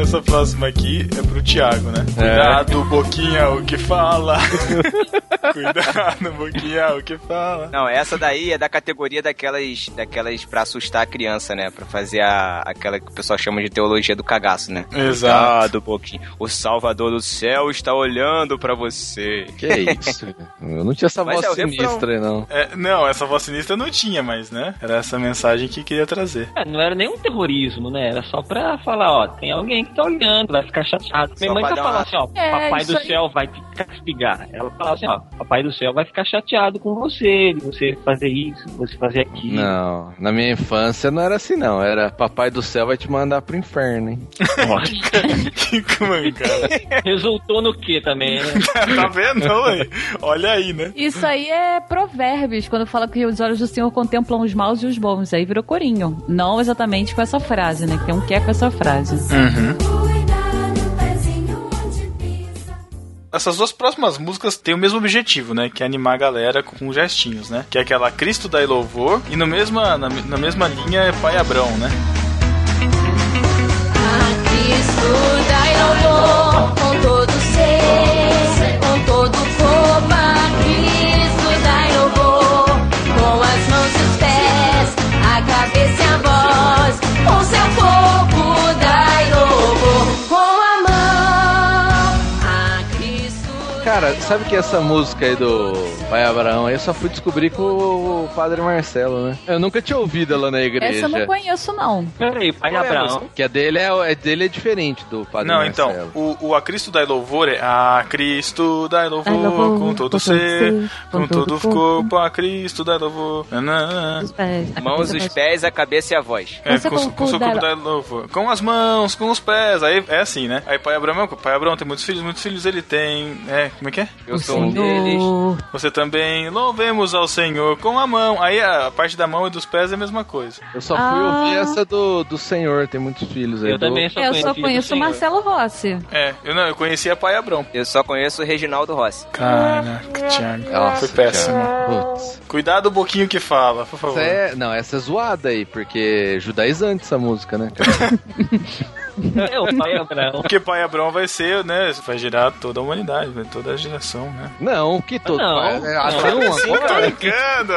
Essa próxima aqui é pro Thiago, né? Cuidado, Boquinha, o que fala. Cuidado, Boquinha, o que fala. Não, essa daí é da categoria daquelas, daquelas pra assustar a criança, né? Pra fazer a, aquela que o pessoal chama de teologia do cagaço, né? Exato. Cuidado, pouquinho. O Salvador do céu está olhando pra você. Que isso? Eu não tinha essa Mas voz é o refrão. sinistra aí, não. É, não, essa voz sinistra não tinha, mas, né? Era essa mensagem que queria trazer. É, não era nenhum terrorismo, né? Era só pra falar, ó, tem alguém que tá olhando, vai ficar chateado. Minha Só mãe pra tá dar falando uma- assim, ó, É, papai isso do aí. céu vai te castigar. Ela fala assim, ó, papai do céu vai ficar chateado com você, de você fazer isso, de você fazer aquilo. Não, na minha infância não era assim, não. Era papai do céu vai te mandar pro inferno, hein? Resultou no que também, né? tá vendo, mãe? Olha aí, né? Isso aí é provérbios, quando fala que os olhos do Senhor contemplam os maus e os bons. Aí virou corinho. Não exatamente com essa frase, né? Que tem um que é com essa frase. Essas duas próximas músicas têm o mesmo objetivo, né? Que é animar a galera com gestinhos, né? Que é aquela Cristo dai louvor e no mesma, na, na mesma linha é Pai Abrão, né? Cristo dai louvor com todo ser, com todo corpo. A Cristo dai louvor com as mãos e os pés, a cabeça e a voz. Com seu corpo dai louvor com a mão. A Cristo Cara, sabe que essa música aí do Pai Abraão aí eu só fui descobrir com o Padre Marcelo, né? Eu nunca tinha ouvido ela na igreja. Essa eu não conheço, não. Peraí, Pai Qual é a Abraão? música? Que a dele é, é dele é diferente do Padre Não, Marcelo. então, o, o A Cristo dai louvor é A Cristo dai louvor, Dai louvor com todo ser, um com todo corpo, a Cristo dai louvor. Nananã. É, tá Mãos, os pés, a cabeça e a voz. É, com, com, com, seu corpo dai louvor. com as mãos, com os pés, aí é assim, né? Aí pai Abraão, pai Abraão tem muitos filhos, muitos filhos ele tem, é, como é que é? Eu sou um deles. Você também. Louvemos ao Senhor com a mão. Aí a parte da mão e dos pés é a mesma coisa. Eu só fui Ah. ouvir essa do, do senhor, tem muitos filhos aí. do- É, Eu só conheço o Marcelo Rossi. É, eu não, eu conhecia Pai Abrão. Eu só conheço o Reginaldo Rossi. Tá Caraca, Thiago. Nossa, Foi péssimo. Thiago. Cuidado o boquinho que fala, por favor. Essa é- não, essa é zoada aí, porque é judaizante essa música, né? É o Pai Abrão. Porque Pai Abrão vai ser, né? Vai girar toda a humanidade, né, toda a geração, né? Não, que todo Não, pai. não. É Adão Sim, tô agora? brincando.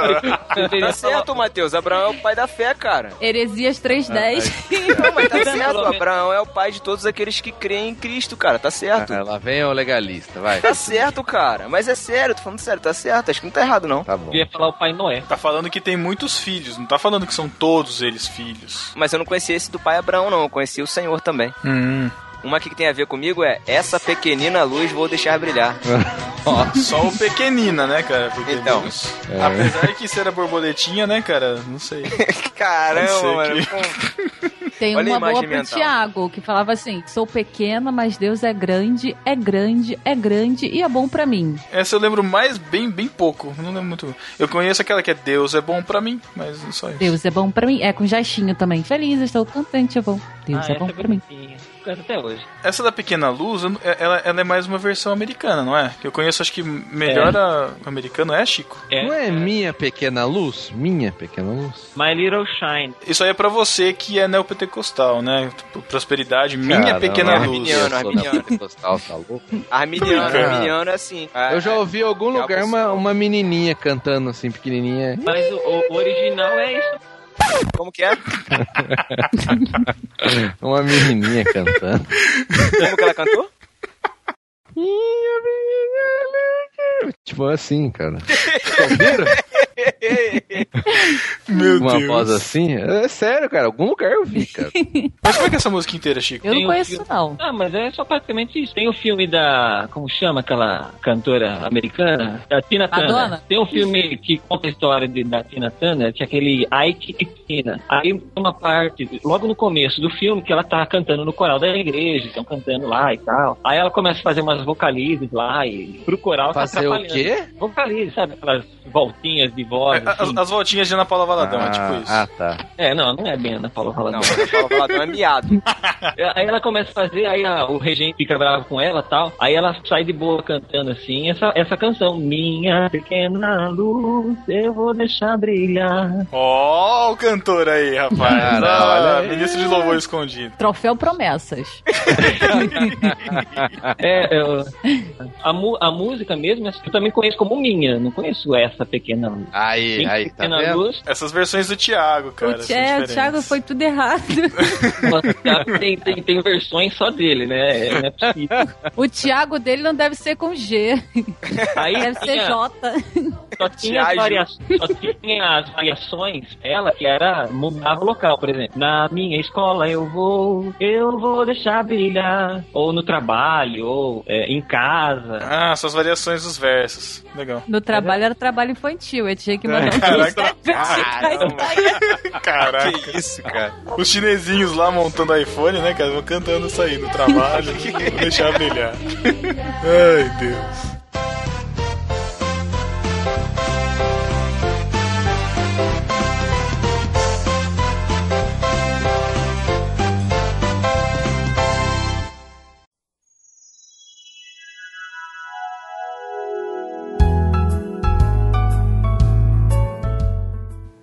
Tá certo, Matheus. Abraão é o pai da fé, cara. Heresias 310. Ah, Não, mas tá certo. Abraão é o pai de todos aqueles que creem em Cristo, cara. Tá certo. Ah, lá vem o legalista, vai. Tá certo, cara. Mas é sério, tô falando sério, tá certo. Acho que não tá errado, não. Tá bom. ia falar o Pai Noé. Tá falando que tem muitos filhos, não tá falando que são todos eles filhos. Mas eu não conheci esse do pai Abraão, não. Eu conheci o Senhor também. Hum. Uma aqui que tem a ver comigo é Essa pequenina luz vou deixar brilhar. Só o pequenina, né, cara? Porque Então. menos- É. Apesar que ser a borboletinha, né, cara? Não sei. Caramba, Pode mano. ser Tem é. Olha a uma boa imagem pro mental. Tiago, que falava assim: sou pequena, mas Deus é grande, é grande, é grande e é bom pra mim. Essa eu lembro mais bem, bem pouco. Não lembro muito. Eu conheço aquela que é Deus é bom pra mim, mas só isso. Deus é bom pra mim. É com Jaixinho também. Feliz, estou contente, é bom. Deus Ah, é bom essa é pra mim. Canto até hoje. Essa da Pequena Luz, eu não- é- ela, ela é mais uma versão americana, não é? Que eu conheço, acho que melhor É. a americana é, Chico? Não é minha pequena luz? Minha pequena luz? My Little Shine. Isso aí é pra você que é neopentecostal, né? Tipo, prosperidade, minha Cara, pequena não, é luz. eu sou da Pentecostal, tá louco? Arminiano, Cara. arminiano é assim. Eu já ouvi em algum lugar uma, uma menininha cantando assim, pequenininha. Mas o, o original é isso. Como que é? uma menininha cantando. Como que ela cantou? Tipo assim, cara. Ouviram? Meu uma Deus. voz assim? É sério, cara. Algum lugar eu vi, cara. Mas como é que é essa música inteira, Chico? Tem o filme- Ah, mas é só praticamente isso. Tem o filme da. Como chama aquela cantora americana? Da Tina Turner. Madonna? Tem um filme que conta a história de, da Tina Turner, que é aquele Ike e Tina. Aí tem uma parte, logo no começo do filme, que ela tá cantando no coral da igreja, estão cantando lá e tal. Aí ela começa a fazer umas vocalizes lá e pro coral tá Fazer o atrapalhando. quê? Vocalizes, sabe? Aquelas voltinhas de voz. É, As, assim. as voltinhas de Ana Paula Valadão, é tipo isso. Ah, tá. É, não, não é bem Ana Paula Valadão. É, Ana Paula Valadão é miado. Aí ela começa a fazer, aí a- o regente fica bravo com ela tal. Aí ela sai de boa cantando assim, essa, essa canção. Minha pequena luz, eu vou deixar brilhar. Ó, o cantor aí, rapaz. Cara, ah, olha aí. ministro de louvor escondido. Troféu Promessas. É, eu- a, mu- a música mesmo, eu também conheço como minha, não conheço essa pequena luz. Aí, aí, tá pequena vendo? luz. Essas versões do Thiago, cara. são é, o diferentes. Thiago foi tudo errado. Tem, tem, tem versões só dele, né? É, não é possível. O Thiago dele não deve ser com G. Aí deve ser tinha- J. Só tinha, as Tiagem. varia- só tinha as variações, ela que era, mudava o local, por exemplo. Na minha escola eu vou, eu vou deixar brilhar. Ou no trabalho, ou é, em casa. Ah, suas variações dos versos. Legal. No trabalho era trabalho infantil. Eu tinha que mandar um Caraca. Caraca. Caraca. Que isso, cara. Os chinesinhos lá montando iPhone, né, cara? Vão cantando isso aí no trabalho. Vou deixar brilhar. Ai, Deus.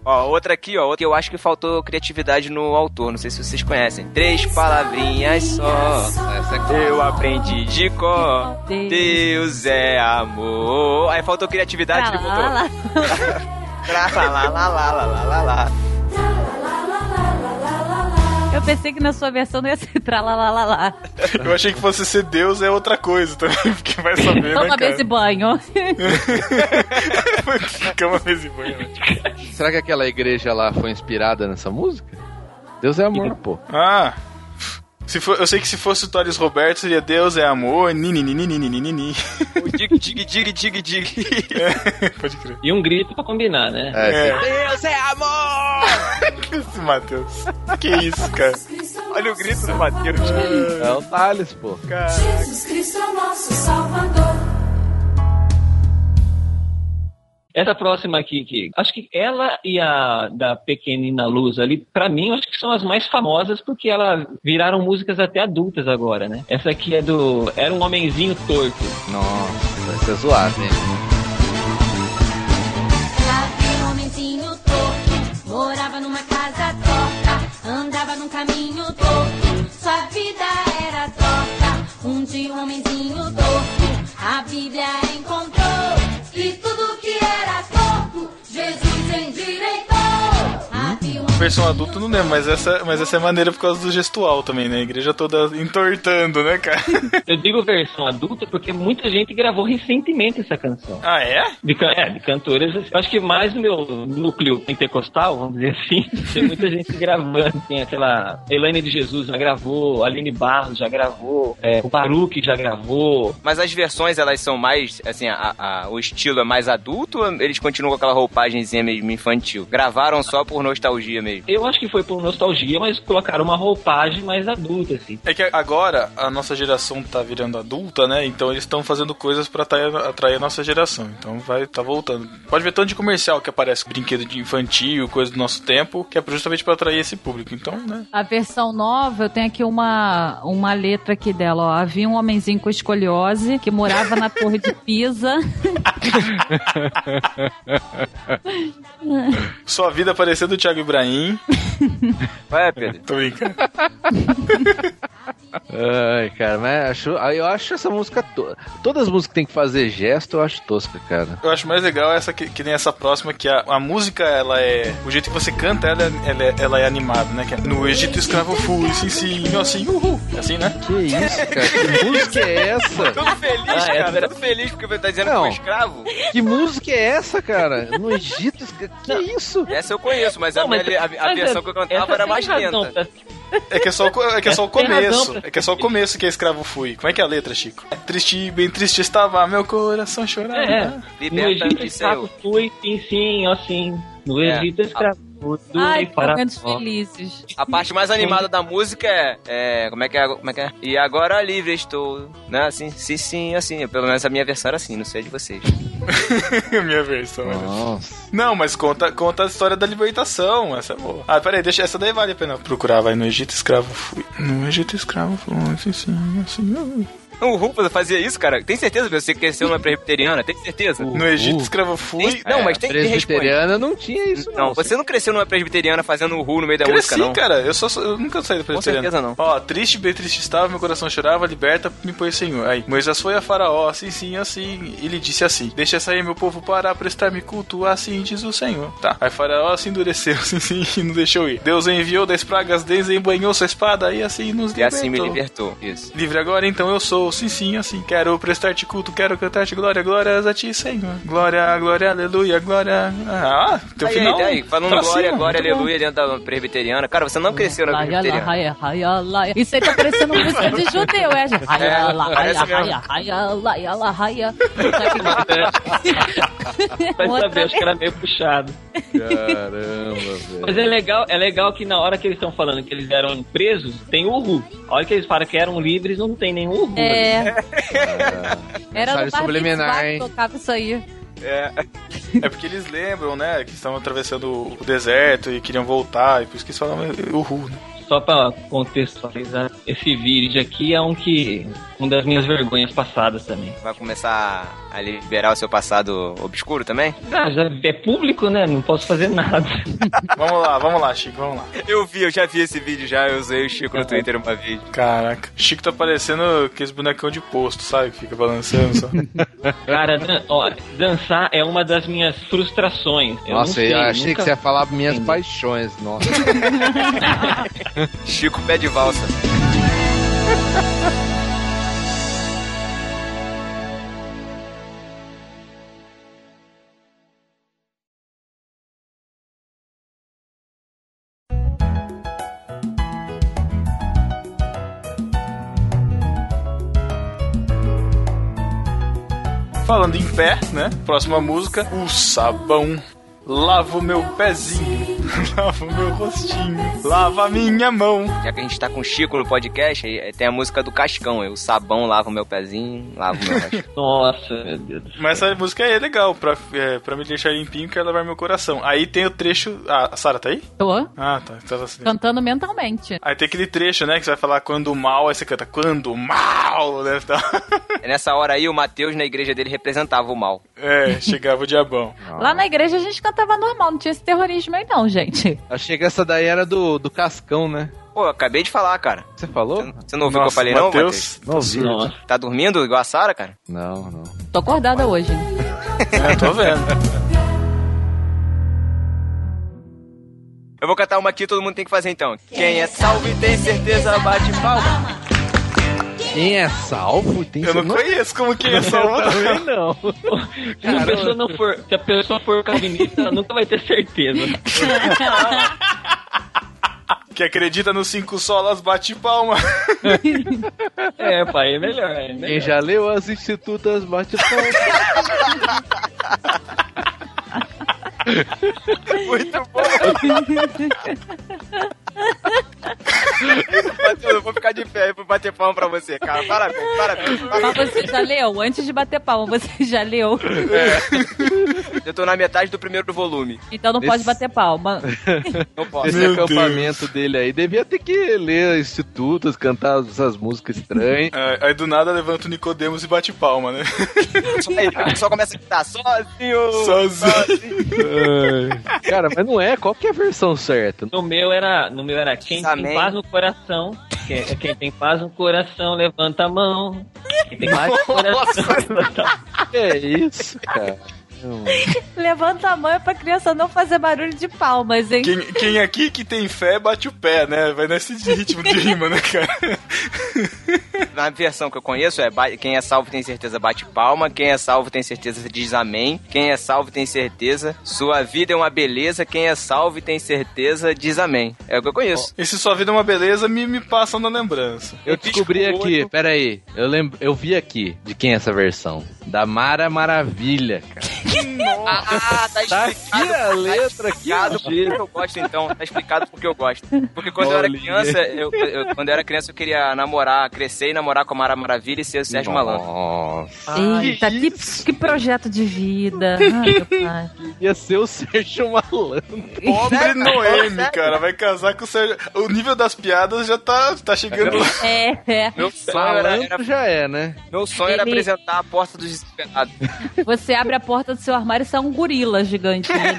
Ó, outra aqui, ó, que eu acho que faltou criatividade no autor, não sei se vocês conhecem. Três palavrinhas só. Eu aprendi de cor. um Deus é amor. Aí faltou criatividade, ele botou. Tra, lá, lá, lá, lá, lá, lá, lá. Eu pensei que na sua versão não ia ser tralalalá. Eu achei que fosse ser Deus é outra coisa também, porque vai saber, né, Toma cara? esse banho. Cama, mesa e banho, né? Será que aquela igreja lá foi inspirada nessa música? Deus é amor, pô. Ah. Se for, eu sei que se fosse o Thales Roberto, seria Deus é amor, ninininininininini. O dig, dig, dig, dig, dig. É, Pode crer. E um grito pra combinar, né? Deus é amor! Esse Matheus. Que isso, cara? Olha o grito do Matheus. É o Thales, pô. Caraca. Jesus Cristo é o nosso Salvador. Essa próxima aqui, que acho que ela e a da pequenina Luz ali, pra mim, eu acho que são as mais famosas porque elas viraram músicas até adultas agora, né? Essa aqui é do Era um Homenzinho Torto. Nossa, vai ser zoado, hein? Havia um homenzinho torto, morava numa casa torta, andava num caminho torto, sua vida era torta. Um dia um homenzinho torto, a Bíblia encontrou, e tudo que era torto, Jesus endireitou. Havia um Versão adulta não lembro, mas essa, mas essa é maneira por causa do gestual também, né? A igreja toda entortando, né, cara? Eu digo versão adulta porque muita gente gravou recentemente essa canção. Ah, é? De, can- é, de cantores. assim, Acho que mais no meu núcleo pentecostal, vamos dizer assim, tem muita gente gravando. Tem aquela Elaine de Jesus já gravou, Aline Barros já gravou, é, o Baruch já gravou. Mas as versões, elas são mais, assim, a- a- o estilo é mais adulto ou eles continuam com aquela roupagemzinha mesmo infantil? Gravaram só por nostalgia mesmo. Eu acho que foi por nostalgia, mas colocaram uma roupagem mais adulta, assim. É que agora a nossa geração tá virando adulta, né? Então eles estão fazendo coisas pra atrair, atrair a nossa geração. Então vai tá voltando. Pode ver tanto de comercial que aparece brinquedo de infantil, coisa do nosso tempo, que é justamente pra atrair esse público. Então, né? A versão nova, eu tenho aqui uma, uma letra aqui dela, ó. Havia um homenzinho com escoliose que morava na Torre de Pisa. Sua vida parecendo o Thiago Ibrahim. Vai, Pedro. Tô brincando. Ai, cara, mas acho, eu acho essa música. To... Todas as músicas que tem que fazer gesto, eu acho tosca, cara. Eu acho mais legal essa que, que nem essa próxima, que a, a música, ela é. O jeito que você canta, ela, é- ela, é- ela é animada, né? Que é, no Egito escravo fui, sim, sim, assim, uhul. Assim, né? Que isso, cara? Que música é essa? Tudo feliz, Ah, é essa cara. era- Tudo feliz porque você tá dizendo Não. que foi escravo? Que música é essa, cara? No Egito, que isso? Essa eu conheço, mas, a, Não, mas- minha- a- a mas versão é- que eu cantava essa era tem mais razão tá? lenta. É que é só, o co- é que é só o Tem razão começo. pra É que é só o começo que é escravo fui. Como é que é a letra, Chico? Triste, bem triste estava, meu coração chorava. É. No Liberta Egito de escravo seu. fui, sim, sim, assim. No É. Egito escravo fui, Ai, que para momentos fora. felizes. A parte mais animada da música é, é, como é que é, como é que é? E agora livre estou, né? Assim, sim, sim, assim. Pelo menos a minha versão era assim, não sei a de vocês. Minha versão. né? Nossa. Não, mas conta, conta a história da libertação. Essa é boa. Ah, peraí, deixa essa daí vale a pena procurar. Vai no Egito escravo fui. No Egito escravo fui, sim, sim, assim. uhul. O Rupas fazia isso, cara. Tem certeza que você cresceu na presbiteriana? Tem certeza? No Egito escravo fui. é. Tem- não, mas tem que responder. Presbiteriana não tinha isso, não. Não, você não cresceu numa presbiteriana fazendo um ru no meio da Cresci, música, não. cara. Eu, só, eu nunca saí da presbiteriana. certeza não. Ó, triste, bem triste estava, meu coração chorava, liberta, me pôs Senhor. Aí, Moisés foi a faraó, assim, sim, assim. Ele disse assim, deixa sair meu povo para prestar-me culto, assim diz o Senhor. Tá. Aí faraó se endureceu, assim, sim, e não deixou ir. Deus enviou das pragas, desembanhou sua espada, e assim nos E libertou. assim me libertou. Isso. Livre agora, então eu sou, sim, sim, assim. Quero prestar-te culto, quero cantar-te glória, glórias a ti, Senhor. Glória, glória, aleluia, glória. Ah, teu Aí, final. aí, tá aí, falando pra glória, cima, glória, muito bom. aleluia dentro da presbiteriana. Cara, você não cresceu na Laia, la, presbiteriana. raia, raia, laia. Isso aí tá parecendo música de judeu, é, gente? É, Raia, la, raia, parece mesmo. raia, raia, laia, la, raia. É. Vai Outra saber, acho que era meio puxado. Caramba, Mas velho. é legal, é legal que na hora que eles estão falando que eles eram presos, tem o Ru. A hora que eles falam que eram livres, não tem nenhum Ru. É, era É. Mensagem no Bar subliminar, Mitzvah que hein? tocava isso aí. É. É porque eles lembram, né, que estavam atravessando o deserto e queriam voltar, e por isso que eles falam Uhu, né? Só pra contextualizar, esse vídeo aqui é um que. Uma das minhas vergonhas passadas também. Vai começar a liberar o seu passado obscuro também? Ah, já é público, né? Não posso fazer nada. Vamos lá, vamos lá, Chico, vamos lá. Eu vi, eu já vi esse vídeo já, eu usei o Chico no Twitter uma vez. Caraca. Chico tá parecendo aqueles bonecão de posto, sabe? Que fica balançando só. Cara, dan- ó, dançar é uma das minhas frustrações. Eu não Nossa, sei, eu achei nunca- que você ia falar minhas entendi. paixões, nossa. Chico pé de valsa. Falando em pé, né? Próxima música, o sabão. Lavo meu pezinho, Lava o meu rostinho, lava a minha mão. Já que a gente tá com o Chico no podcast, aí, aí tem a música do Cascão. aí O sabão lava o meu pezinho, lava o meu rosto. Nossa, meu Deus. Mas essa música é legal, pra, é, pra me deixar limpinho, quero lavar meu coração. Aí tem o trecho. Ah, a Sara tá aí? Tô. Ah, tá. Tava assim. Cantando mentalmente. Aí tem aquele trecho, né? Que você vai falar quando o mal, aí você canta quando o mal, né? Tá. É Nessa hora aí, o Matheus na igreja dele representava o mal. É, chegava o diabão. Ah. Lá na igreja a gente cantava normal, não tinha esse terrorismo aí não, gente. Achei que essa daí era do, do Cascão, né? Pô, eu acabei de falar, cara. Você falou? Você não ouviu o que eu falei, não, Matheus? Não ouvi. Nossa. Tá dormindo igual a Sara, cara? Não, não. Tô acordada hoje. É, tô vendo. Eu vou cantar uma aqui todo mundo tem que fazer então. Quem é salvo e tem certeza bate palma. Quem é salvo tem Eu não conheço como quem é salvo. também não. Se a, pessoa não for, se a pessoa for calvinista, ela nunca vai ter certeza. Que acredita nos cinco solas, bate palma. É, pai, é melhor. É Quem melhor. já leu as institutas bate palma. Muito bom. Matheus, eu vou ficar de pé aí pra bater palma pra você, cara. Parabéns, parabéns. Mas você já leu? Antes de bater palma, você já leu? Eu tô na metade do primeiro volume. Então não pode bater palma. Não posso. Esse Meu acampamento dele aí. Devia ter que ler institutas, cantar essas músicas estranhas. É, aí do nada levanta o Nicodemos e bate palma, né? Só, aí, só começa a gritar sozinho. Sozinho. Ai. Cara, mas não é. Qual que é a versão certa? No meu era, no meu era quem Amém. tem paz no coração. Quem, é quem tem paz no coração, levanta a mão. Quem tem paz no coração, levanta a mão. É isso, cara. Não. Levanta a mão é pra criança não fazer barulho de palmas, hein? Quem, quem aqui que tem fé, bate o pé, né? Vai nesse ritmo de rima, né, cara? Na versão que eu conheço é ba- quem é salvo tem certeza bate palma, quem é salvo tem certeza diz amém, quem é salvo tem certeza sua vida é uma beleza, quem é salvo tem certeza diz amém. É o que eu conheço. E se sua vida é uma beleza, me, me passam na lembrança. Eu descobri aqui, peraí. Eu, lembro, eu vi aqui de quem é essa versão. Da Mara Maravilha, cara. Ah, tá Tá aqui a letra aqui. ó. explicado porque eu gosto, então. Tá explicado porque eu gosto. Porque quando eu era Olha. criança, eu, eu- quando eu era criança, eu queria namorar, crescer e namorar com a Mara Maravilha e ser o Sérgio Malandro. Nossa, Eita, que, tá que projeto de vida. Ai, meu pai. ia ser o Sérgio Malandro. Pobre Sério? Noemi, Sério? cara, vai casar com o Sérgio. O nível das piadas já tá, tá chegando lá. É, é. Meu sonho era, Malandro era- já é, né? meu sonho era Ele- apresentar a porta dos desesperados. Você abre a porta do seu armário e sai um gorila gigante. né?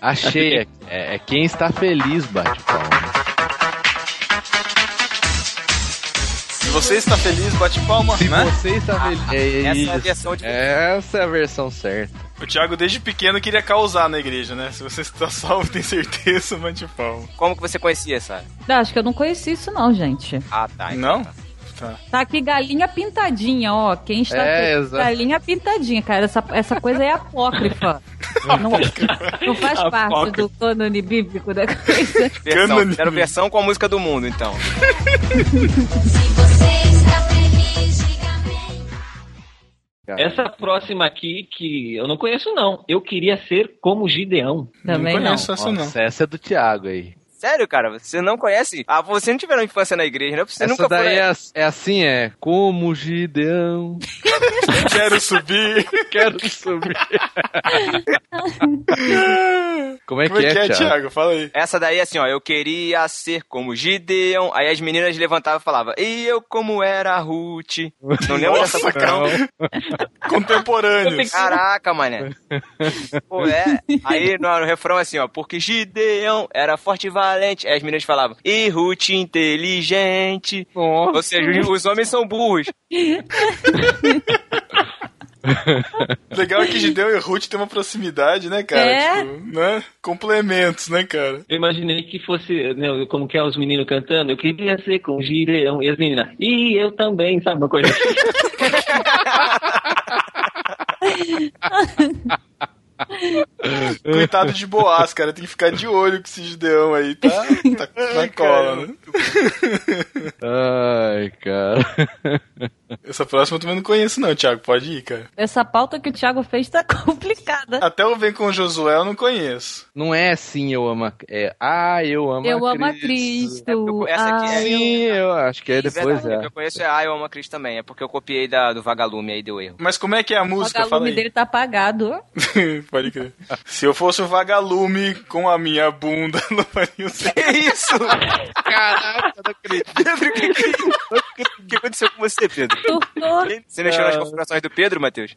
Achei. É, é quem está feliz, bate palma. Se você está feliz, bate palma, Se né? você está feliz. É, Essa é a isso. versão de- Essa é a versão certa. O Thiago, desde pequeno, queria causar na igreja, né? Se você está salvo, tem certeza, tipo, bate palma. Como que você conhecia essa? Não, acho que eu não conheci isso não, gente. Ah, tá. então Não? tá. Tá. Tá aqui galinha pintadinha, ó. Quem está É, aqui? exato. Galinha pintadinha, cara. Essa, essa coisa é apócrifa. não, não faz parte do cânone bíblico da coisa. Versão. Cânone. Era versão com a música do mundo, então. Se você está feliz, diga amém. é Essa próxima aqui que eu não conheço, não. Eu queria ser como Gideão. Também não não. conheço essa, não. Nossa, essa é do Thiago aí. Sério, cara, você não conhece? Ah, você não tiveram infância na igreja, né? Você essa nunca daí foi. é, as- é assim, é. Como Gideão. Quero subir. Quero subir. Como é Como que é, Thiago? Thiago? Fala aí. Essa daí é assim, ó, eu queria ser como Gideon. Aí as meninas levantavam e falavam, e eu como era a Ruth. Não lembro Nossa, dessa música, não? Contemporâneos. Caraca, mané. Pô, é. Aí no, no refrão assim, ó, porque Gideão era forte e valente. Aí as meninas falavam, e Ruth inteligente. Ou seja, os- os homens são burros. Legal que Gideon e Ruth tem uma proximidade, né, cara? É. Tipo, né? Complementos, né, cara? Eu imaginei que fosse, né, como que é os meninos cantando, eu queria ser com Gideão. E as meninas, e eu também, sabe uma coisa assim? É. Coitado de Boas, cara. Tem que ficar de olho com esse Gideão aí, tá? Tá tá na cola, né? Ai, cara. Eu Essa próxima eu também não conheço, não, Thiago. Pode ir, cara. Essa pauta que o Thiago fez tá complicada. Até o Vem com o Josué eu não conheço. Não é assim, eu amo. a- É, ah, eu amo eu a amo a Cristo. Cristo. essa aqui ah, é- Sim, eu acho que é depois. Verdade, É. o que eu conheço é Ah, eu amo a Cris também. É porque eu copiei da, do Vagalume aí, deu erro. Mas como é que é a O música? Fala vagalume aí. dele tá apagado. Pode crer. Se eu fosse um vagalume com a minha bunda no faria o Que isso? Caraca, não acredito. Pedro, que, é que, que aconteceu com você, Pedro? Você mexeu nas configurações do Pedro, Matheus?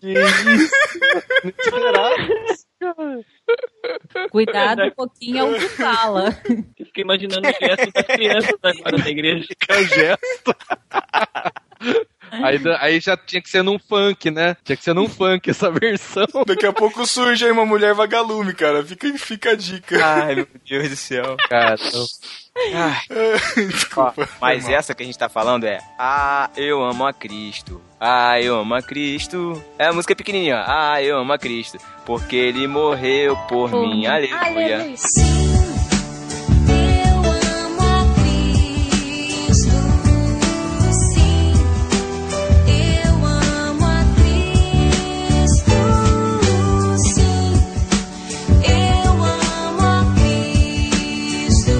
Cuidado um pouquinho é o que fala. Eu fiquei imaginando o gesto das crianças agora na igreja. É o gesto. Aí, da- aí já tinha que ser num funk, né? Tinha que ser num funk essa versão. Daqui a pouco surge aí uma mulher vagalume, cara. Fica, fica a dica. Ai, meu Deus do céu. Cara, é um Desculpa. Mas essa que a gente tá falando é Ah, eu amo a Cristo. Ah, eu amo a Cristo. É a música pequenininha, ó. Ah, eu amo a Cristo. Porque ele morreu por Por mim. mim. Aleluia. Sim, eu amo a Cristo. Sim, eu amo a Cristo. Sim, eu amo a Cristo.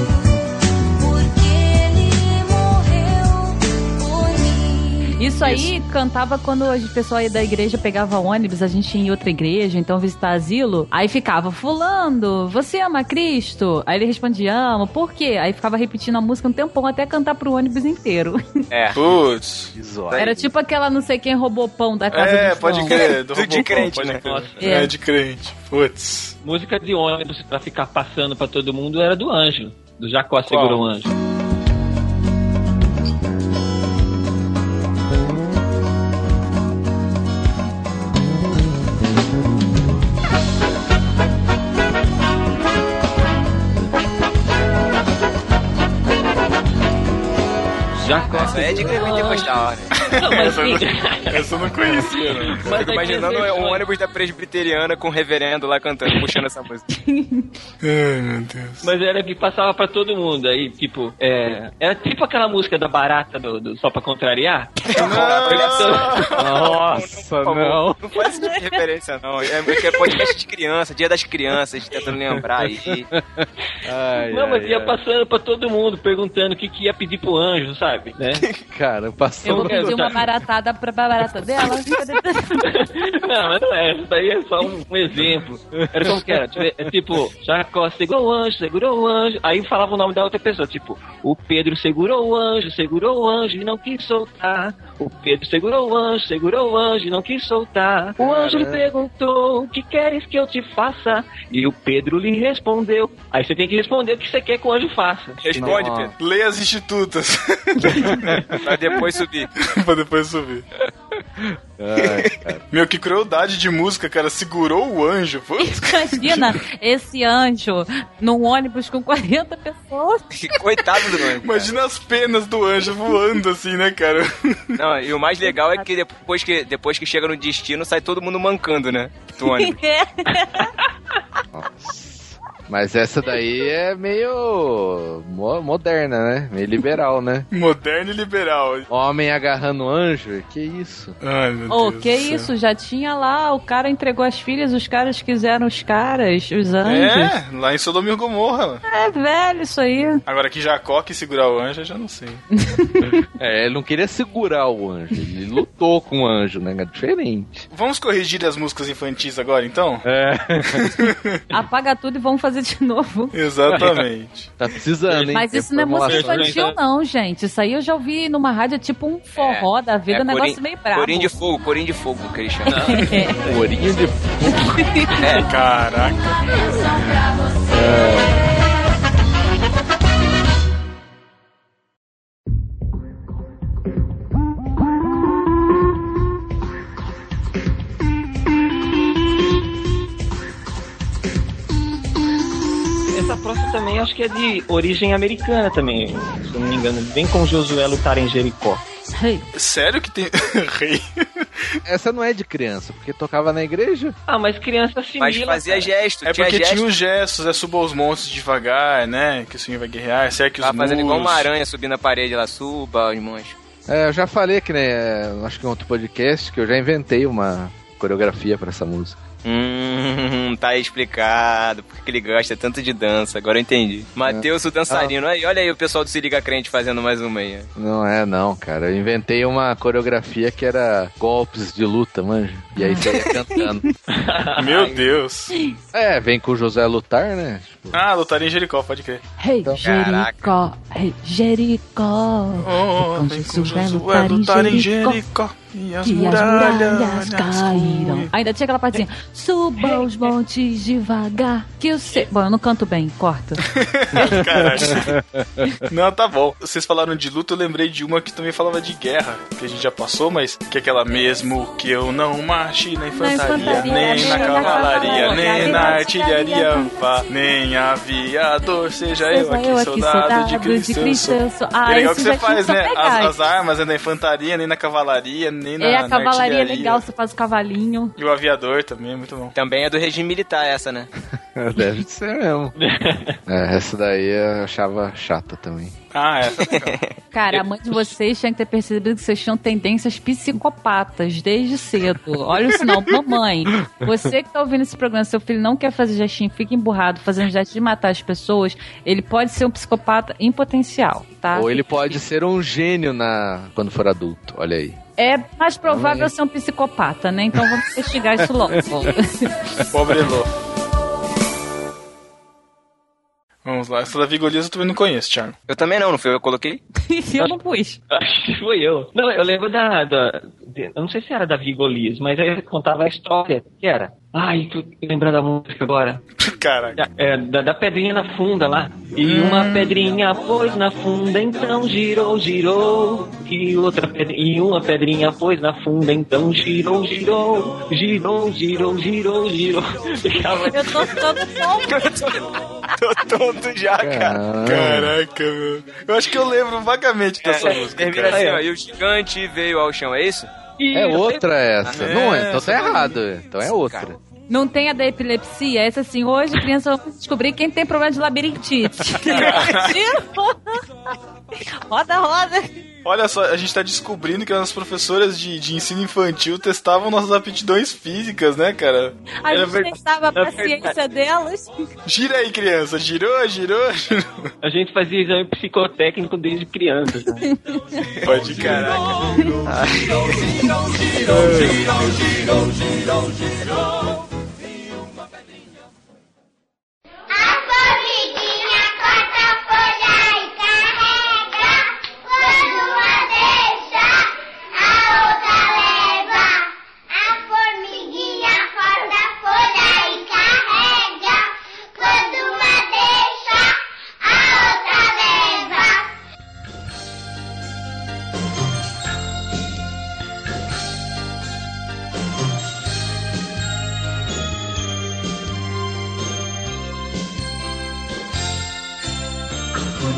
Porque ele morreu por mim. Isso aí cantava quando a gente- o pessoal aí da igreja pegava ônibus, a gente ia em outra igreja, então visitar asilo. Aí ficava, fulano, você ama Cristo? Aí ele respondia, amo, por quê? Aí ficava repetindo a música um tempão até cantar pro ônibus inteiro. É. Putz. Era tipo aquela não sei quem roubou pão da casa É, do pode João. crer. Do Do de Robocop, crente, pode né? crer. Nossa. É. É. de crente. Putz. Música de ônibus pra ficar passando pra todo mundo era do Anjo. Do Jacó Segurou o Anjo. Jacó Essa é de crente pentecostal, né? Essa assim, eu não- essa eu não conhecia, né? Eu é fico imaginando um ônibus da presbiteriana com o reverendo lá cantando, puxando essa música. Ai, meu Deus. Mas era que passava pra todo mundo. Aí, tipo, é, era tipo aquela música da barata do, do Só pra Contrariar. Nossa, não. Não faz esse tipo de referência, não. É porque é podcast de criança, dia das crianças, tentando lembrar aí. Ai, Não, mas ai, ia ai. passando pra todo mundo, perguntando o que, que ia pedir pro anjo, sabe? Né? Cara, Eu passou. um vou pedir uma baratada pra pra barata dela. Não, mas não é. Isso daí é só um, um exemplo. Era como que era? Deixa eu ver, É tipo, Jacó segurou o anjo, segurou o anjo. Aí falava o nome da outra pessoa. Tipo, o Pedro segurou o anjo, segurou o anjo e não quis soltar. O Pedro segurou o anjo, segurou o anjo e não quis soltar. O anjo lhe Caramba. perguntou, o que queres que eu te faça? E o Pedro lhe respondeu. Aí você tem que responder o que você quer que o anjo faça. Responde, Pedro. Leia as institutas. Pra depois subir. pra depois subir. Meu, que crueldade de música, cara. Segurou o anjo. Putz. Imagina esse anjo num ônibus com 40 pessoas. Coitado do anjo. cara. Imagina as penas do anjo voando assim, né, cara? Não, e o mais legal é que depois que, depois que chega no destino, sai todo mundo mancando, né? Do ônibus. Mas essa daí é meio mo- moderna, né? Meio liberal, né? Moderno e liberal. Homem agarrando anjo? Que isso? Ai, meu Ô, Oh, que isso? Já tinha lá, o cara entregou as filhas, os caras quiseram os caras, os anjos. É, lá em Sodoma e Gomorra. É, velho isso aí. Agora que Jacó que segurar o anjo, eu já não sei. É, ele não queria segurar o anjo, ele lutou com o anjo, né? É diferente. Vamos corrigir as músicas infantis agora, então? É. Apaga tudo e vamos fazer de novo. Exatamente. Tá precisando, hein? Mas isso não é música Reformulação. infantil, não, gente. Isso aí eu já ouvi numa rádio tipo um forró da vida, um negócio É, corin- meio brabo. Corinho de fogo, corinho de fogo, Cristiano. Corinho de É. Caraca. Essa próxima também acho que é de origem americana também, se eu não me engano. Vem com Josué lutar em Jericó. Ei, Sério que tem. Rei. Essa não é de criança, porque tocava na igreja. Ah, mas criança se Mas fazia gesto, É tinha porque gesto. tinha os gestos, é suba os montes devagar, né? Que o senhor vai guerrear, cerca os Tava muros. fazendo igual uma aranha subindo a parede lá, suba os monstros. É, eu já falei que, né, acho que em outro podcast, que eu já inventei uma coreografia pra essa música. Hum, tá aí explicado porque ele gosta tanto de dança. Agora eu entendi. Ah. Matheus, o dançarino. Aí, olha aí o pessoal do Se Liga Crente fazendo mais uma aí. Não é, não, cara. Eu inventei uma coreografia que era golpes de luta, manja. E aí você ia cantando. Meu Deus. É, vem com o José lutar, né? Ah, lutar em Jericó, pode crer. Rei Então, Jericó, rei Jericó. Oh, que vem com Josué Josué lutar em Jericó. E as muralhas caíram. Ainda tinha aquela partezinha. Suba os montes devagar, que eu sei. Bom, eu não canto bem, corta. Caralho. Não, tá bom. Vocês falaram de luta, eu lembrei de uma que também falava de guerra, que a gente já passou, mas que é aquela mesmo que eu não marche na infantaria, infantaria, nem na cavalaria, nem na artilharia, pá, nem aviador, seja eu aqui, soldado de Cristo. eu sou. eu sou. Ah, é legal que isso você já faz, começou a né? pegar. As, as armas é na infantaria, nem na cavalaria, nem na, é, na a cavalaria é artilharia. legal, você faz o cavalinho. E o aviador também, é muito bom. Também é do regime militar essa, né? Deve ser mesmo. É, essa daí eu achava chata também. Ah, essa Cara, a mãe de vocês tinha que ter percebido que vocês tinham tendências psicopatas desde cedo. Olha o sinal. Mamãe, você que tá ouvindo esse programa, seu filho não quer fazer gestinho, fica emburrado fazendo um gesto de matar as pessoas, ele pode ser um psicopata em potencial, tá? Ou ele pode ser um gênio na quando for adulto, olha aí. É mais provável ser um psicopata, né? Então vamos investigar isso logo. Pobre Elô. Vamos lá, essa da Vigolias eu também não conheço, Thiago. Eu também não, não foi eu que coloquei? eu não pus. Foi eu. Não, eu lembro da. da de- eu não sei se era da Vigolias, mas aí eu contava a história que era. Ai, tô lembrando da música agora. Caraca. É, da, da pedrinha na funda lá. E uma pedrinha pôs na funda, então girou, girou. E outra pedrinha, e uma pedrinha pôs na funda, então girou, girou. Girou, girou, girou, girou. Ficava Eu tô todo Tô tonto já, cara. Caraca, meu. Eu acho que eu lembro vagamente dessa música. Termina cara. assim, ó. E o gigante veio ao chão, é isso? É outra essa. Ah, não é, é, então essa tá errado. Então é outra. Não tem a da epilepsia? Essa assim, hoje a criança vai descobrir quem tem problema de labirintite. roda, roda. Olha só, a gente tá descobrindo que as professoras de, de ensino infantil testavam nossas aptidões físicas, né, cara? A Era gente ver- testava a era paciência verdade. delas. Gira aí, criança. Girou, girou, girou. A gente fazia exame psicotécnico desde criança. Pode caraca. Formiguinha, corta a folha e carrega. Quando uma deixa, a outra leva.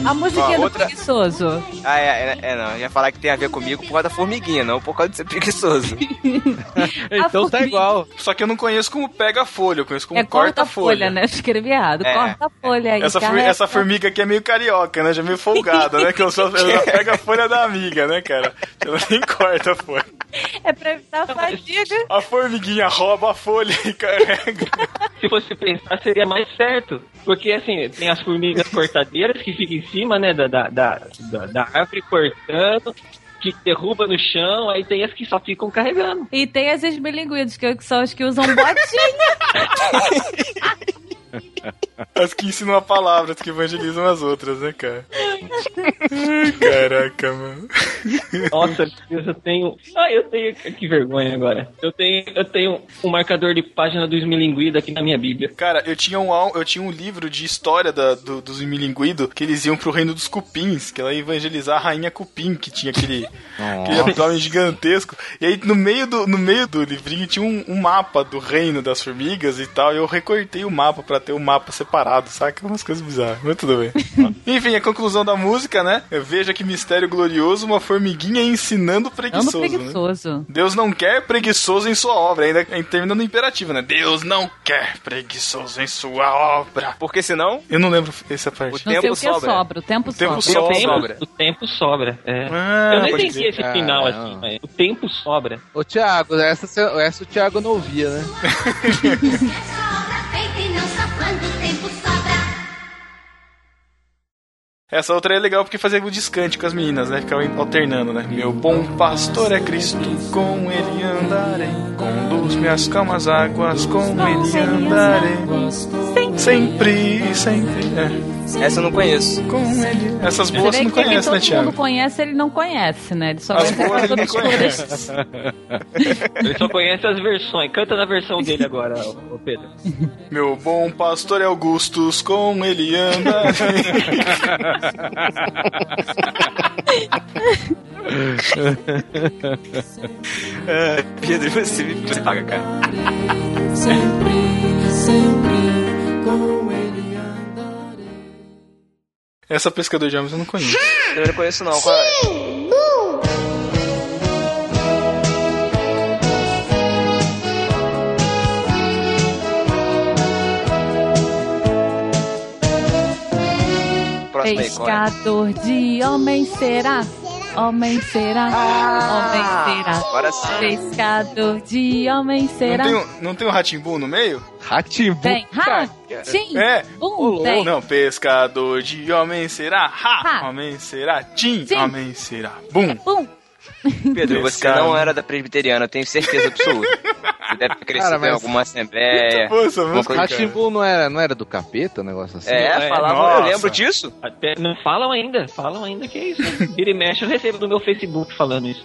A musiquinha Ó, do outra- preguiçoso. Ah, é, é, é, não. Eu ia falar que tem a ver comigo por causa da formiguinha, não por causa de ser preguiçoso. então tá igual. Só que eu não conheço como pega folha, eu conheço como é corta corta-folha, folha. né? Então Eu escrevi errado. É. Corta-folha aí. Essa, formi- carrega. essa formiga aqui é meio carioca, né? Já é meio folgada, né? Que eu só, eu só pego a folha da amiga, né, cara? Ela nem corta a folha. É pra evitar a fadiga. A formiguinha rouba a folha e carrega. Se fosse pensar, seria mais certo. Porque, assim, tem as formigas cortadeiras que ficam em cima, né, da, da, da, da- da árvore cortando, que derruba no chão, aí tem as que só ficam carregando. E tem as esmilinguidas, que são as que usam botinha. As que ensinam a palavra, as que evangelizam as outras, né, cara? Ai, Caraca, mano. Nossa, Deus, eu tenho. Ah, eu tenho. Que vergonha agora. Eu tenho, eu tenho um marcador de página do esmilinguido aqui na minha Bíblia. Cara, eu tinha um, al- eu tinha um livro de história da, do, dos Milinguido que eles iam pro reino dos cupins, que ela ia evangelizar a rainha cupim, que tinha aquele, aquele abdômen gigantesco. E aí no meio do, no meio do livrinho tinha um, um mapa do reino das formigas e tal, e eu recortei o mapa pra ter o mapa separado, saca? Umas coisas bizarras, mas tudo bem. Enfim, a conclusão da música, né? É, Veja que mistério glorioso, uma formiguinha ensinando o preguiçoso. né? preguiçoso. Deus não quer preguiçoso em sua obra, ainda termina no imperativo, né? Deus não quer preguiçoso em sua obra. Porque senão. Eu não lembro essa parte. Não sei o que sobra. sobra, o tempo, O tempo sobra. sobra. O tempo sobra. é. Ah, eu não pode entendi crer. esse final, Ah, assim, mas o tempo sobra. Ô, Thiago, essa, você- essa o Thiago não ouvia, né? Feita e não só quando o tempo sobra. Essa outra é legal porque fazia o descante com as meninas, né? Ficava alternando, né? Meu bom pastor é Cristo, com ele andarei. Conduz me às calmas águas, com ele assim. andarei. Sempre, sempre. É. Essa eu não conheço. Com ele. Essas Você boas vê você não que aquele conhece, né, todo mundo Thiago? conhece, ele não conhece, né? Ele só As conhece boas ele não todas as conhece. Ele só conhece as versões. Canta na versão dele agora, ô ô Pedro. Meu bom pastor é Augustus, com ele andarei. É, Pedro, você, me- você paga, cara. Sempre, sempre com ele Essa pescador de almas eu não conheço. Eu não conheço não, qual é? Próximo aí, qual é? Pescador de homem será? Homem será? homem será? Ah! Agora sim. Pescador de homem será? Não tem, um- não tem um ratimbu no meio? Ratimbu? Tem. Ha! Tim! É. Bum! Tem! Não, pescador de homem será, ha, Ha. homem será, tim, Sim. homem será, bum. Bum! Pedro, você Pescado. não era da presbiteriana, eu tenho certeza absoluta. Você deve ter crescido Cara, mas- em alguma É. assembleia. alguma coisa assim. Rachimbu não era, não era do capeta, um negócio assim? É, falava, eu lembro disso. Até não falam ainda, falam ainda que é isso. Vira e mexe, eu recebo do meu Facebook falando isso.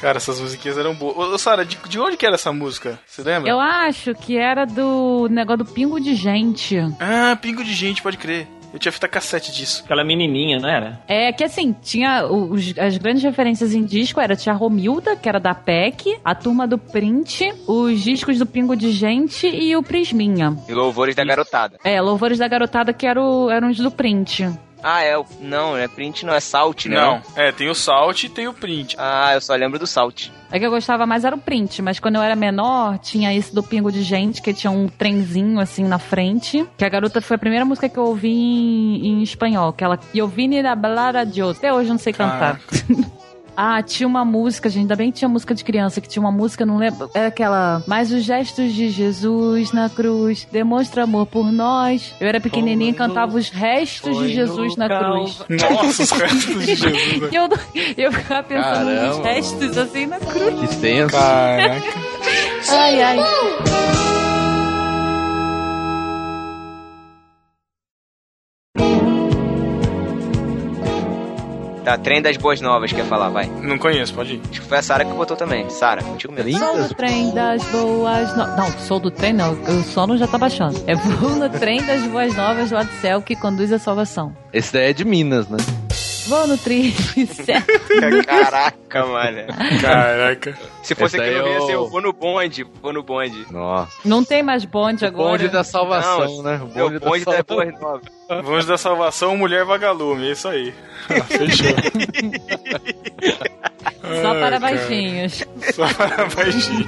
Cara, essas musiquinhas eram boas. Ô, ô, Sara, de, de onde que era essa música? Você lembra? Eu acho que era do negócio do pingo de gente. Ah, pingo de gente, pode crer. Eu tinha fita cassete disso. Aquela menininha, não era? É que assim, tinha os- as grandes referências em disco era a Tia Romilda, que era da PEC, a Turma do Print, os discos do Pingo de Gente e o Prisminha. E louvores da garotada. É, Louvores da Garotada, que era o- eram os do Print. Ah, é. o- Não, é print, não, é salt, né? Não, é, tem o salt e tem o print. Ah, eu só lembro do salt. É que eu gostava mais era o print, mas quando eu era menor, tinha esse do Pingo de Gente, que tinha um trenzinho assim na frente. Que a garota foi a primeira música que eu ouvi em, em espanhol, que ela. Eu vi ni hablar de outro. Até hoje eu não sei cantar. Ah, tinha uma música, gente. Ainda bem que tinha música de criança, que tinha uma música, não lembro. Era aquela. Mas os gestos de Jesus na cruz demonstra amor por nós. Eu era pequenininha e cantava os restos de Jesus na cruz. Nossa, os restos de Jesus. né? E eu, eu ficava pensando nos Caramba. restos assim na cruz. Que tenso. Caraca. Ai, ai. Tá, trem das boas novas, quer falar, vai. Não conheço, pode ir. Acho que foi a Sara que botou também. Sara, contigo mesmo. Sou no trem das boas novas. Não, sou do trem, não. O sono já tá baixando. É vou no trem das boas novas lá do céu que conduz à salvação. Esse daí é de Minas, né? Vou no trilho certo. Caraca, mano. Caraca. Se fosse Essa aqui no aí Rio, ia eu- ser eu vou no bonde, vou no bonde. Nossa. Não tem mais bonde agora. Bonde da salvação, Não, né? É o bonde das boas novas. Vamos da salvação, mulher vagalume, é isso aí. Ah, fechou. Só para Ai, cara. baixinhos. Só para baixinho.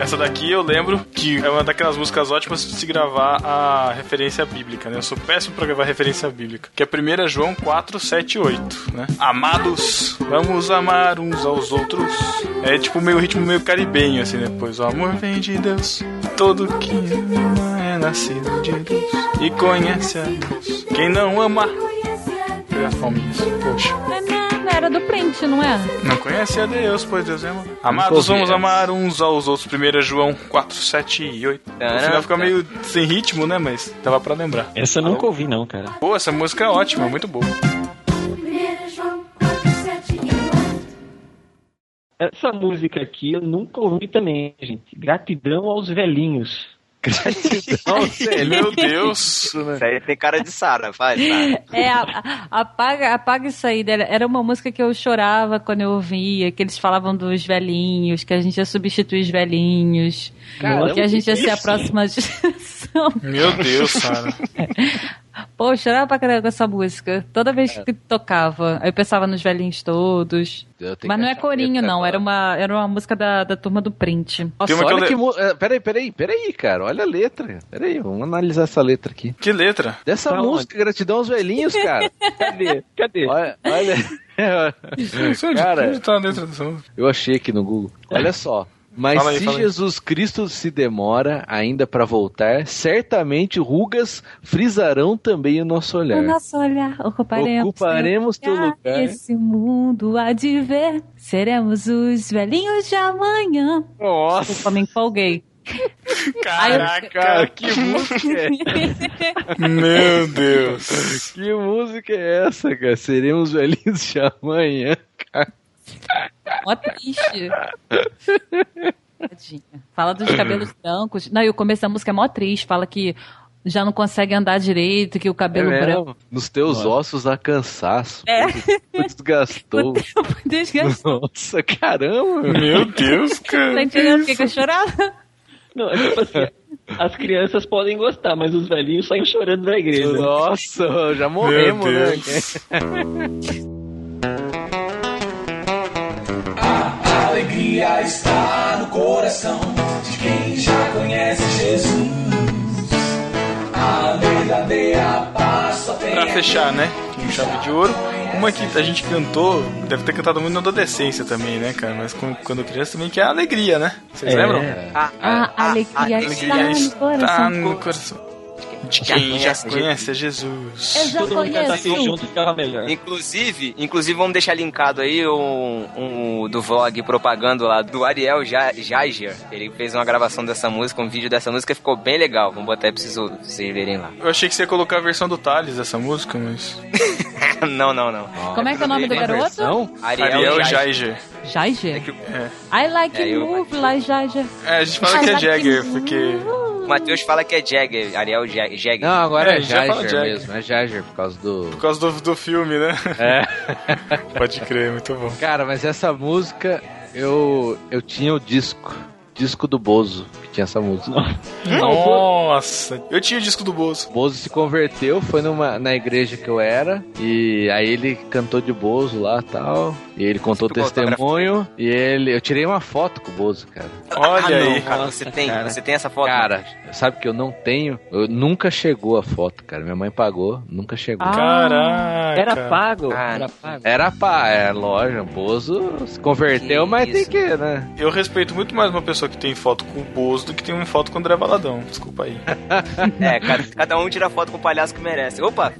Essa daqui eu lembro que é uma daquelas músicas ótimas de se gravar a referência bíblica, né? Eu sou péssimo pra gravar referência bíblica. Que é 1 João 4, 7, 8, né? Amados, vamos amar uns aos outros. É tipo meio ritmo meio caribenho, assim, né? Pois o amor vem de Deus, todo que ama é nascido de Deus e conhece a Deus. Quem não ama... Pegar fome nisso, poxa. Não, é Era do print, não é? Não conhece a Deus, pois Deus é amor. Amados, vamos amar uns aos outros. 1 João 4, 7 e 8. No final fica meio sem ritmo, né? Mas dava pra lembrar. Essa eu nunca ouvi, não, cara. Pô, essa música é ótima, muito boa. Essa música aqui eu nunca ouvi também, gente. Gratidão aos velhinhos. Gratidão, sei. Meu Deus. Isso aí tem cara de Sara, faz. Sara. É, a- a- apaga, apaga isso aí. Dela. Era uma música que eu chorava quando eu ouvia, que eles falavam dos velhinhos, que a gente ia substituir os velhinhos, Caramba, que a gente ia ser a isso. próxima geração. Meu Deus, Sara. Pô, eu chorava pra caramba com essa música. Toda vez É. que tocava, aí eu pensava nos velhinhos todos. Eu tenho Mas que não é achar corinho, letra não. agora. Era uma, era uma música da, da turma do print. Nossa, olha que... mu- é, Peraí, peraí, peraí, cara. Olha a letra. Peraí, vamos analisar essa letra aqui. Que letra? Dessa Tá música, gratidão aos velhinhos, cara. Cadê? Cadê? Olha, olha. cara, Onde tá a letra dessa música? eu achei aqui no Google. Olha só. Mas Fala aí, se fala aí. Jesus Cristo se demora ainda pra voltar, certamente rugas frisarão também o nosso olhar. O nosso olhar ocuparemos, Ocuparemos teu né? lugar. Ah, Esse mundo há de ver. Seremos os velhinhos de amanhã. Nossa. Desculpa, me empolguei. Caraca, que música é Meu Deus. Que música é essa, cara? Seremos velhinhos de amanhã, cara. Ó, triste. Tadinha. Fala dos cabelos brancos. Não, e o começo da música é mó triste. Fala que já não consegue andar direito, que o cabelo É mesmo? branco Nos teus ossos há cansaço. É. Tu desgastou. desgastou. Nossa, caramba! Meu Deus, Tá entendendo por que que eu chorava? Não, é tipo assim, as crianças podem gostar, mas os velhinhos saem chorando da igreja. Nossa, já morremos, Meu né? Deus. A alegria está no coração de quem já conhece Jesus. A verdadeira paz só tem Pra fechar, né? Com chave de ouro. Uma que a gente cantou, deve ter cantado muito na adolescência também, né, cara? Mas quando, quando criança também, que é a alegria, né? Vocês É. lembram? A- a- a alegria está no está coração. no coração. De quem é já conhece né? a Jesus. Eu já Todo tá mundo cantava conheço. assim junto, ficava melhor. Inclusive, inclusive, vamos deixar linkado aí um, um do vlog propagando lá do Ariel Ja- Jager. Ele fez uma gravação dessa música, um vídeo dessa música, ficou bem legal. Vamos botar aí pra vocês, ou- vocês verem lá. Eu achei que você ia colocar a versão do Thales dessa música, mas. não, não, não. Como é que é o nome do garoto? Ariel, Ariel Jager. Jager. Jager? É. I like É, eu- move like Jager. É, a gente fala que é Jagger, porque. O Matheus fala que é Jagger, Ariel Ja- Jagger. Não, agora é, É, já fala Jager Jagger. mesmo. É Jager por causa do... Por causa do, do filme, né? É. Pode crer, muito bom. Cara, mas essa música, eu, eu tinha o disco. Disco do Bozo, que tinha essa música. Nossa! Eu tinha o disco do Bozo. Bozo se converteu, foi numa, na igreja que eu era, e aí ele cantou de Bozo lá e tal. E ele contou o Tu botou testemunho. E ele. Eu tirei uma foto com o Bozo, cara. Olha ah, não, aí. cara, você tem, cara. você tem essa foto? Cara, sabe que eu não tenho. Eu, nunca chegou a foto, cara. Minha mãe pagou, nunca chegou. Ah, Caraca. Era pago? Ah, Cara, é, Era Era pago. pá, é loja, Bozo se converteu, mas tem que, né? Eu respeito muito mais uma pessoa que tem foto com o Bozo do que tem uma foto com o André Baladão. Desculpa aí. É, ca- cada, um tira foto com o palhaço que merece. Opa!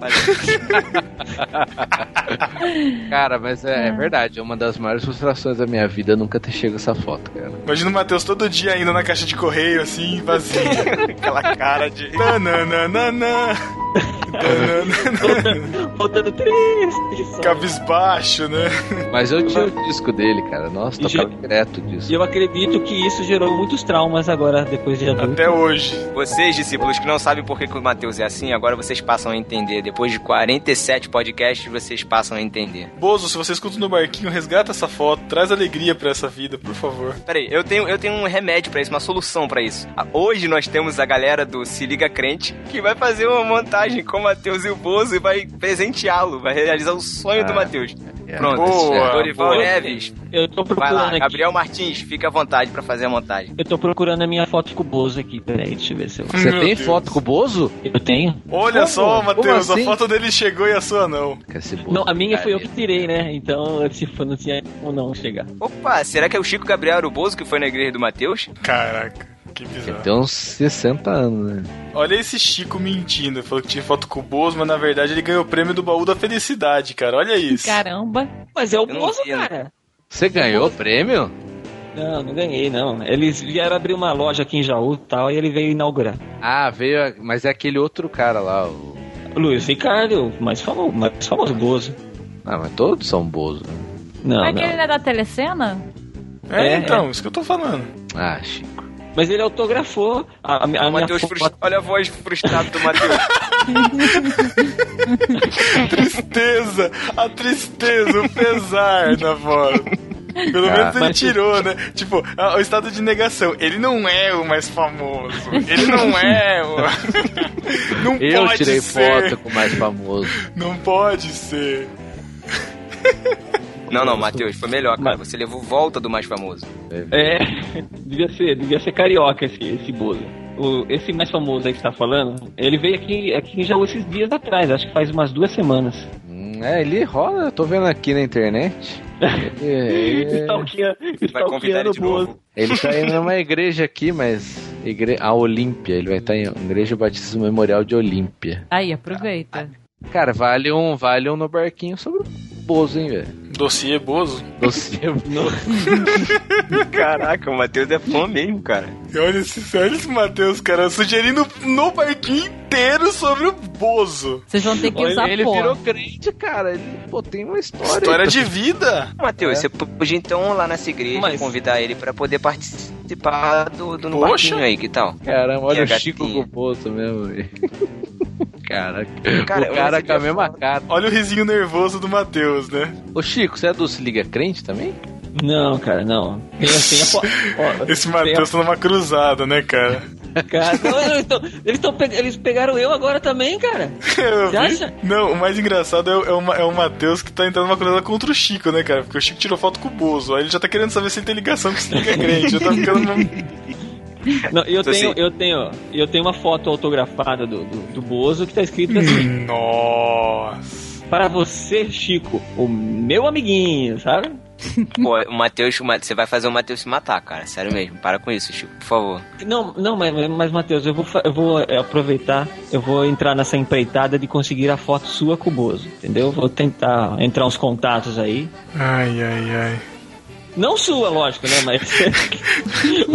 Cara, mas é, é verdade, é uma das maiores frustrações da minha vida nunca ter chegado essa foto, cara. Imagina o Matheus todo dia indo na caixa de correio, assim, vazio. Aquela cara de. Nananana. Voltando triste. Cabisbaixo, né? Mas eu tinha o disco dele, cara. Nossa, E tocava já- direto o disco. E eu acredito que isso gerou muitos traumas agora, depois de adulto. Até hoje. Vocês, discípulos, que não sabem por que, que o Matheus é assim, agora vocês passam a entender. Depois de 47 podcasts, vocês passam a entender. Bozo, se você escuta no barquinho, resgata essa foto, traz alegria pra essa vida, por favor. Peraí, eu tenho, eu tenho um remédio pra isso, uma solução pra isso. Ah, Hoje nós temos a galera do Se Liga Crente que vai fazer uma montagem com o Matheus e o Bozo e vai presenteá-lo, vai realizar o sonho do Ah, Matheus. é. Pronto. Boa, Dorival boa. Neves. Eu tô Vai procurando lá, aqui. Gabriel Martins, fica à vontade pra fazer a montagem. Eu tô procurando a minha foto com o Bozo aqui, peraí, deixa eu ver se eu... Você tem foto com o Bozo? Eu tenho. Olha Como? só, Como Matheus, assim? a foto dele chegou e a sua não. Esse Bozo, Não, a minha foi eu cara. que tirei, né? Então, se for, não tinha ou não chegar. Opa, será que é o Chico Gabriel era o Bozo que foi na igreja do Matheus? Caraca, que bizarro. Tem uns 60 anos, né? Olha esse Chico mentindo. Falou que tinha foto com o Bozo, mas na verdade ele ganhou o prêmio do baú da felicidade, cara. Olha isso. Caramba. Mas é o não Bozo, vi, né? cara. Você ganhou o prêmio? Não, não ganhei, não. Eles vieram abrir uma loja aqui em Jaú e tal, e ele veio inaugurar. Ah, veio. a- Mas é aquele outro cara lá. O... Luiz Ricardo, mais famoso, mais famoso Bozo. Ah, mas todos são Bozo. né? Não, Aquele não é da telecena? É, É, então, isso que eu tô falando. Ah, Chico. Mas ele autografou a, a, mi- a O minha Mateus foto. frus- Olha a voz frustrada do Matheus. tristeza, a tristeza, o pesar na voz. Pelo Ah, menos ele mas- tirou, né? Tipo, a- o estado de negação. Ele não é o mais famoso. Ele não é o. Não Eu pode tirei ser. foto com o mais famoso. Não pode ser. Não, não, Matheus, foi melhor, cara. Você levou volta do mais famoso. É, devia ser, devia ser carioca esse, esse bolo. O, esse mais famoso aí que você tá falando, ele veio aqui, aqui em Jaú esses dias atrás, acho que faz umas duas semanas. Hum, É, ele rola, eu tô vendo aqui na internet. É. Ele, Stalkeando- Vai convidar ele stalkeando de o Bozo. novo. ele tá indo numa igreja aqui, mas. Igre... A Olímpia, ele vai estar em Igreja Batista Memorial de Olímpia. Aí, aproveita. Cara, vale um, vale um no barquinho sobre o Bozo, hein, velho? Dossiê Bozo? Dossiê Caraca, o Matheus é fã mesmo, cara. Olha esse, olha esse Matheus, cara, sugerindo no barquinho inteiro sobre o Bozo. Vocês vão ter que usar, Ele pô. virou crente, cara. Ele, pô, tem uma história. História de vida. Matheus, você podia então ir lá nessa igreja e convidar ele pra poder participar do, do no Poxa. barquinho aí, que tal? Caramba, olha E a o Chico com gatinha. o Bozo mesmo, velho. Caraca. Cara, o eu cara recebi com a a mesma cara. Olha o risinho nervoso do Matheus, né? Ô, Chico, você é do Se Liga Crente também? Não, cara, não. Tem, assim, é tem a foto. Esse Matheus tá numa cruzada, né, cara? Cara, não, eles, estão eles, tão pe- eles pegaram eu agora também, cara. Eu Você vi- acha? Não, o mais engraçado é, o- é o, Ma- é o Matheus que tá entrando numa cruzada contra o Chico, né, cara? Porque o Chico tirou foto com o Bozo. Aí ele já tá querendo saber se ele tem ligação com esse liga crente. Já tá ficando. Não, eu, Então, tenho, assim- eu, tenho, eu tenho uma foto autografada do, do, do Bozo que tá escrito Hum. assim. Nossa! Para você, Chico, o meu amiguinho, sabe? Pô, o Matheus, o Ma- você vai fazer o Matheus se matar, cara. Sério mesmo, para com isso, Chico, por favor. Não, não, mas, mas Matheus, eu vou, fa- eu vou é, aproveitar, eu vou entrar nessa empreitada de conseguir a foto sua com o Bozo, entendeu? Vou tentar entrar uns contatos aí. Ai, ai, ai. Não sua, lógico, né? Mas.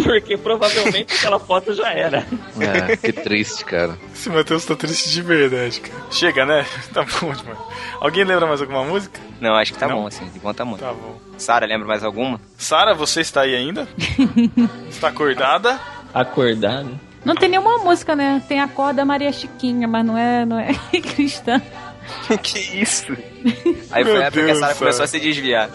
Porque provavelmente aquela foto já era. É, que triste, cara. Esse Matheus tá triste de verdade, cara. Chega, né? Tá bom demais. Alguém lembra mais alguma música? Não, acho que tá Não? bom, assim, de bom tamanho. Tá bom. Sara, lembra mais alguma? Sara, você está aí ainda? está acordada? Acordada? Não tem nenhuma música, né? Tem a corda Maria Chiquinha, mas não é, não é cristã. que isso? Aí foi Meu a época que a Deus, Sara Sara. começou a se desviar.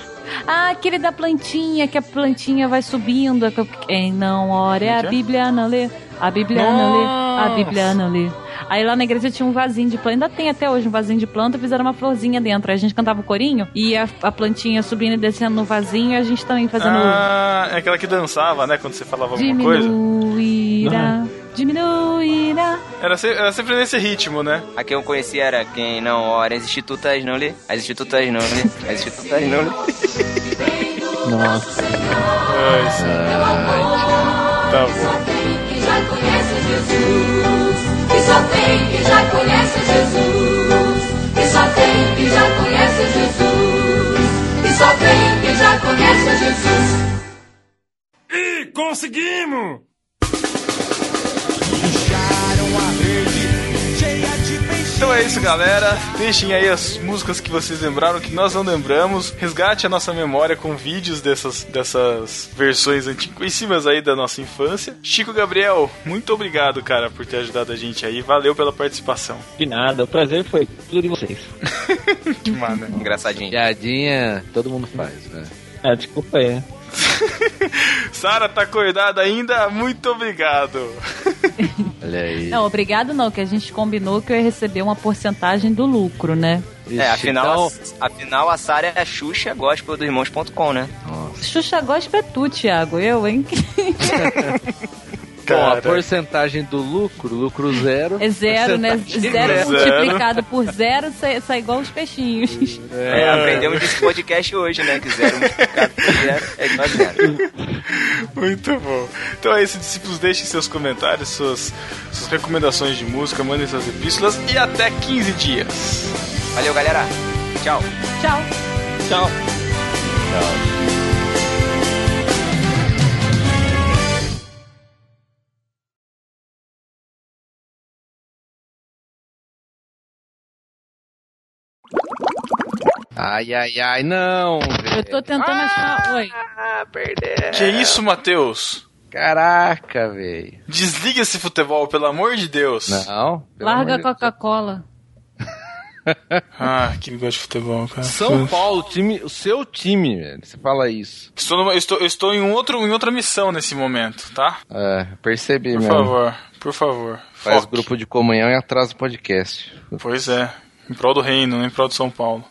Ah, aquele da plantinha, que a plantinha vai subindo. Quem não ora, a Como é que é? Bíblia não lê. A Bíblia não lê, a Bíblia não lê. Aí lá na igreja tinha um vasinho de planta. Ainda tem até hoje um vasinho de planta. Fizeram uma florzinha dentro. Aí a gente cantava o corinho e a, a plantinha subindo e descendo no vasinho. E a gente também fazendo... Ah, é aquela que dançava, né? Quando você falava alguma coisa. Diminuirá, diminuirá. Era sempre, era sempre nesse ritmo, né? A que eu conheci era quem não ora, as institutas não lê, as institutas não lê, as institutas não lê. Nossa. Ai, sim. Tá bom. que já conhece Jesus. Que só tem que já conhece Jesus. Que só tem que já conhece Jesus. Que só tem que já conhece Jesus. E conseguimos! Então é isso, galera. Deixem aí as músicas que vocês lembraram, que nós não lembramos. Resgate a nossa memória com vídeos dessas, dessas versões antiquíssimas aí da nossa infância. Chico Gabriel, muito obrigado, cara, por ter ajudado a gente aí. Valeu pela participação. De nada, o prazer foi tudo de vocês. Que mano. É Engraçadinho. Piadinha, todo mundo faz, né? É, desculpa aí. Sara tá acordada ainda? Muito obrigado. Olha aí. Não, obrigado não, que a gente combinou que eu ia receber uma porcentagem do lucro, né? É, então, afinal, a, afinal a Sara é a Xuxa gospel do irmãos.com, né? Xuxa gosta é tu, Thiago. Eu, hein? Bom, a Cara. porcentagem do lucro, lucro zero. É zero, né? Porcentagem Zero zero. multiplicado por zero sai, sai igual os peixinhos. É, aprendemos desse podcast hoje, né? Que zero multiplicado por zero é igual a zero. Muito bom. Então é isso, discípulos. Deixem seus comentários, suas, suas recomendações de música, mandem suas epístolas e até 15 dias. Valeu, galera. Tchau. Tchau. Tchau. Ai, ai, ai, não. Eu tô tentando achar. Oi. Ah, perder. Que isso, Matheus? Caraca, velho. Desliga esse futebol, pelo amor de Deus. Não. Larga a Coca-Cola. Ah, que gosta de futebol, cara. Hum. São Paulo, o time, o seu time, velho. Você fala isso. Estou numa- eu estou, eu estou em, um outro, em outra missão nesse momento, tá? É, percebi Por mesmo. favor, por favor. Faz Foque. grupo de comunhão e atrasa o podcast. Pois é. Em prol do reino, não em prol de São Paulo.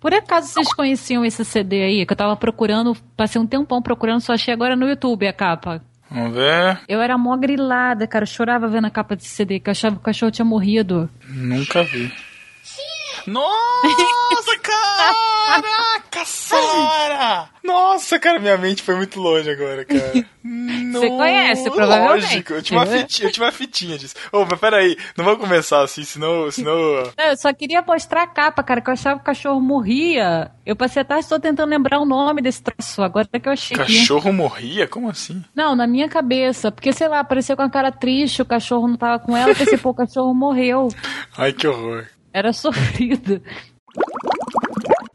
Por acaso vocês conheciam esse CD aí? Que eu tava procurando, passei um tempão procurando, só achei agora no YouTube a capa. Vamos ver. Eu era mó grilada, cara. Eu chorava vendo a capa desse CD, que eu achava que o cachorro tinha morrido. Nunca vi. Nossa, caraca, Sara! Nossa, cara, minha mente foi muito longe agora, cara. Você conhece, provavelmente. Lógico, eu tinha uma né? fitinha, eu tinha uma fitinha disso. Ô, mas peraí, não vou começar assim, senão... senão... Não, Eu só queria mostrar a capa, cara, que eu achava que o cachorro morria. Eu passei a tarde toda tentando lembrar o nome desse troço, agora que eu achei. aqui. Cachorro morria? Como assim? Não, na minha cabeça. Porque, sei lá, apareceu com a cara triste, o cachorro não tava com ela, eu pensei, pô, o cachorro morreu. Ai, que horror. Era sofrido.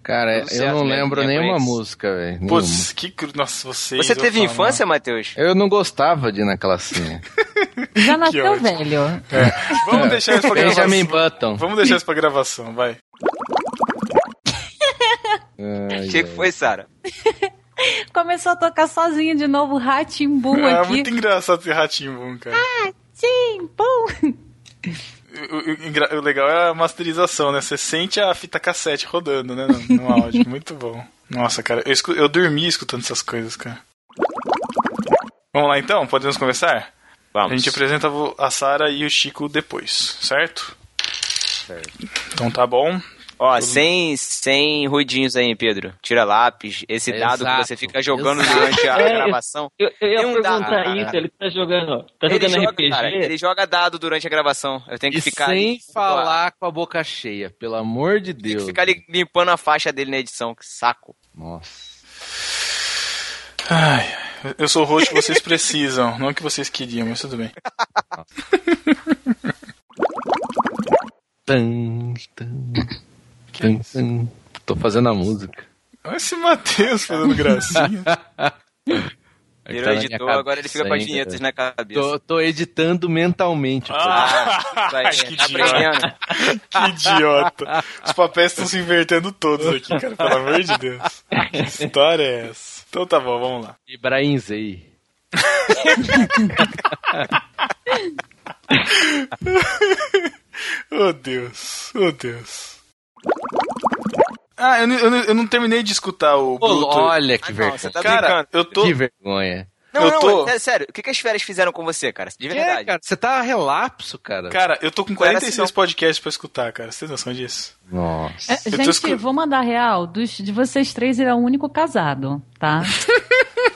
Cara, Tudo eu certo, não né? lembro Lembra nenhuma isso? música, velho. Putz, que... Cru... Nossa, vocês... Você eu teve falo, infância, Matheus? Eu não gostava de ir na classinha. Já nasceu velho. né? Vamos deixar isso pra gravação. Benjamin Button. Vamos deixar isso pra gravação, vai. O que que foi, Sara? Começou a tocar sozinho de novo, Ratimbu Ah, aqui. muito engraçado esse ratinho bom, cara. Ratimbu! O, o- o engra- o legal é a masterização, né? Você sente a fita cassete rodando, né? No, no áudio. Muito bom. Nossa, cara, eu, escu- eu dormi escutando essas coisas, cara. Vamos lá então? Podemos conversar? Vamos. A gente apresenta vo- a Sara e o Chico depois, certo? Então tá bom. Ó, sem, sem ruidinhos aí, Pedro. Tira lápis, esse dado que Exato, você fica jogando exato. durante a É, eu- gravação. Eu, eu ia Tem um dado, perguntar cara. isso, ele tá jogando, tá ele jogando joga, RPG. cara, ele joga dado durante a gravação. Eu tenho que E ficar sem ali, falar com a boca cheia, pelo amor de Deus. ficar ali limpando a faixa dele na edição, que saco. Nossa. Ai, eu sou o host que vocês precisam, não o que vocês queriam, mas tudo bem. Tum, tum, tum, tum. Tô fazendo a música. Olha esse Matheus fazendo gracinha. É que Virou tá na minha editor, cabeça agora ele fica com as ainda. vinhetas na cabeça. Tô, tô editando mentalmente. Ah, isso que aí, tá aprendendo. idiota. que idiota. Os papéis estão se invertendo todos aqui, cara, pelo amor de Deus. Que história é essa? Então tá bom, vamos lá. Ibrahim Zei. Oh Deus, oh Deus. Ah, eu, não- eu, não- eu não terminei de escutar o Bruto. olha que vergonha. você tá cara, eu tô. Que vergonha. Não, Eu não, tô- sério, sério, o que, que as férias fizeram com você, cara? De verdade. É, cara, você tá relapso, cara. Cara, eu tô com Cara, 46 assim, podcasts pra escutar, cara. Você tem noção disso? Nossa. É, Eu tô gente, escu- vou mandar real. Dos, de vocês três, ele é o único casado, tá?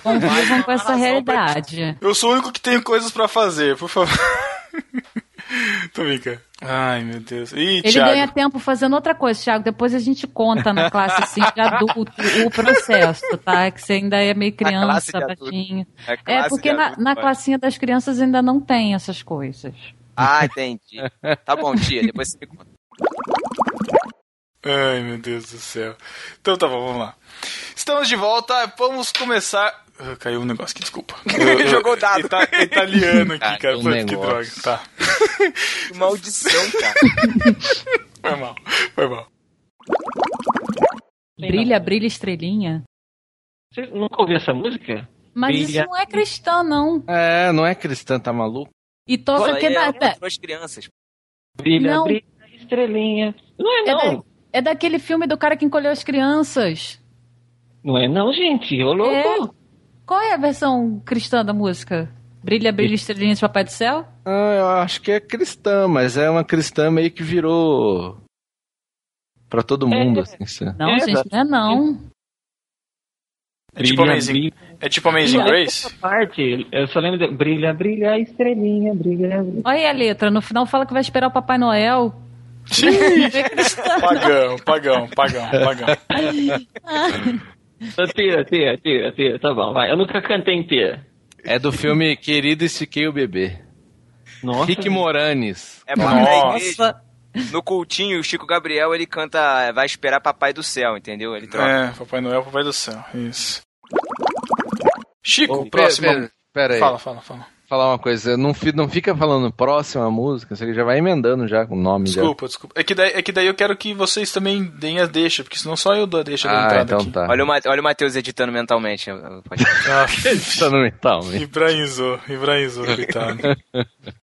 Convivam com essa realidade. Eu sou o único que tem coisas pra fazer, por favor. tô brincando. Ai, meu Deus. Ih, Ele Thiago. ganha tempo fazendo outra coisa, Thiago. Depois a gente conta na classe assim, de adulto o processo, tá? Que você ainda é meio classe criança, de adulto. baixinho. É É, classe porque de na, adulto, na vai. classinha das crianças ainda não tem essas coisas. Ah, entendi. Tá bom, tia, depois você me conta. Ai, meu Deus do céu. Então tá bom, vamos lá. Estamos de volta, vamos começar. Ah, caiu um negócio aqui, desculpa. Eu- eu- Jogou o dado. tá- Ita- italiano aqui, Caiu cara. um Pô, que negócio. droga. Tá. Que maldição, cara. Foi mal, foi mal. Brilha, brilha, estrelinha. Você nunca ouviu essa música? Mas Brilha. isso não é cristã, não. É, não é cristã, tá maluco? E toca que Isso aí na, é da- para as crianças. Brilha, Não. brilha, estrelinha. Não é É não. da- é daquele filme do cara que encolheu as crianças. Não é não, gente. Ô, louco. É. Qual é a versão cristã da música? Brilha, brilha, estrelinha de Papai do Céu? Ah, eu acho que é cristã, mas é uma cristã meio que virou pra É. todo mundo, assim. isso. Não, É, gente, não é não. É tipo Brilha, Amazing, brilha. é tipo Amazing Brilha. Grace? Essa parte, eu só lembro de... Brilha, brilha, estrelinha, brilha, brilha. Olha aí a letra, no final fala que vai esperar o Papai Noel. pagão, pagão, pagão, pagão. Ô, Tia, tia, tia, tia, tá bom, vai. Eu nunca cantei inteira. É do filme Querido Estiquei o Bebê. Nossa. Rick Moranes. É pra na igreja. Nossa. No cultinho, o Chico Gabriel, ele canta é, Vai Esperar Papai do Céu, entendeu? Ele troca. É, Papai Noel, Papai do Céu, isso. Chico, Ô, pe- próximo. Pera, pera aí. Fala, fala, fala. Falar uma coisa, não, fi- não fica falando próxima música, você já vai emendando já com o nome já. Desculpa, desculpa. É que, daí, é que daí eu quero que vocês também deem a deixa, porque senão só eu dou a deixa Ah, da entrada então aqui. tá. É. Olha o, Mate- olha o Matheus editando mentalmente. Ah, Tá editando mentalmente. Ibrahimizou, Ibrahimizou, coitado.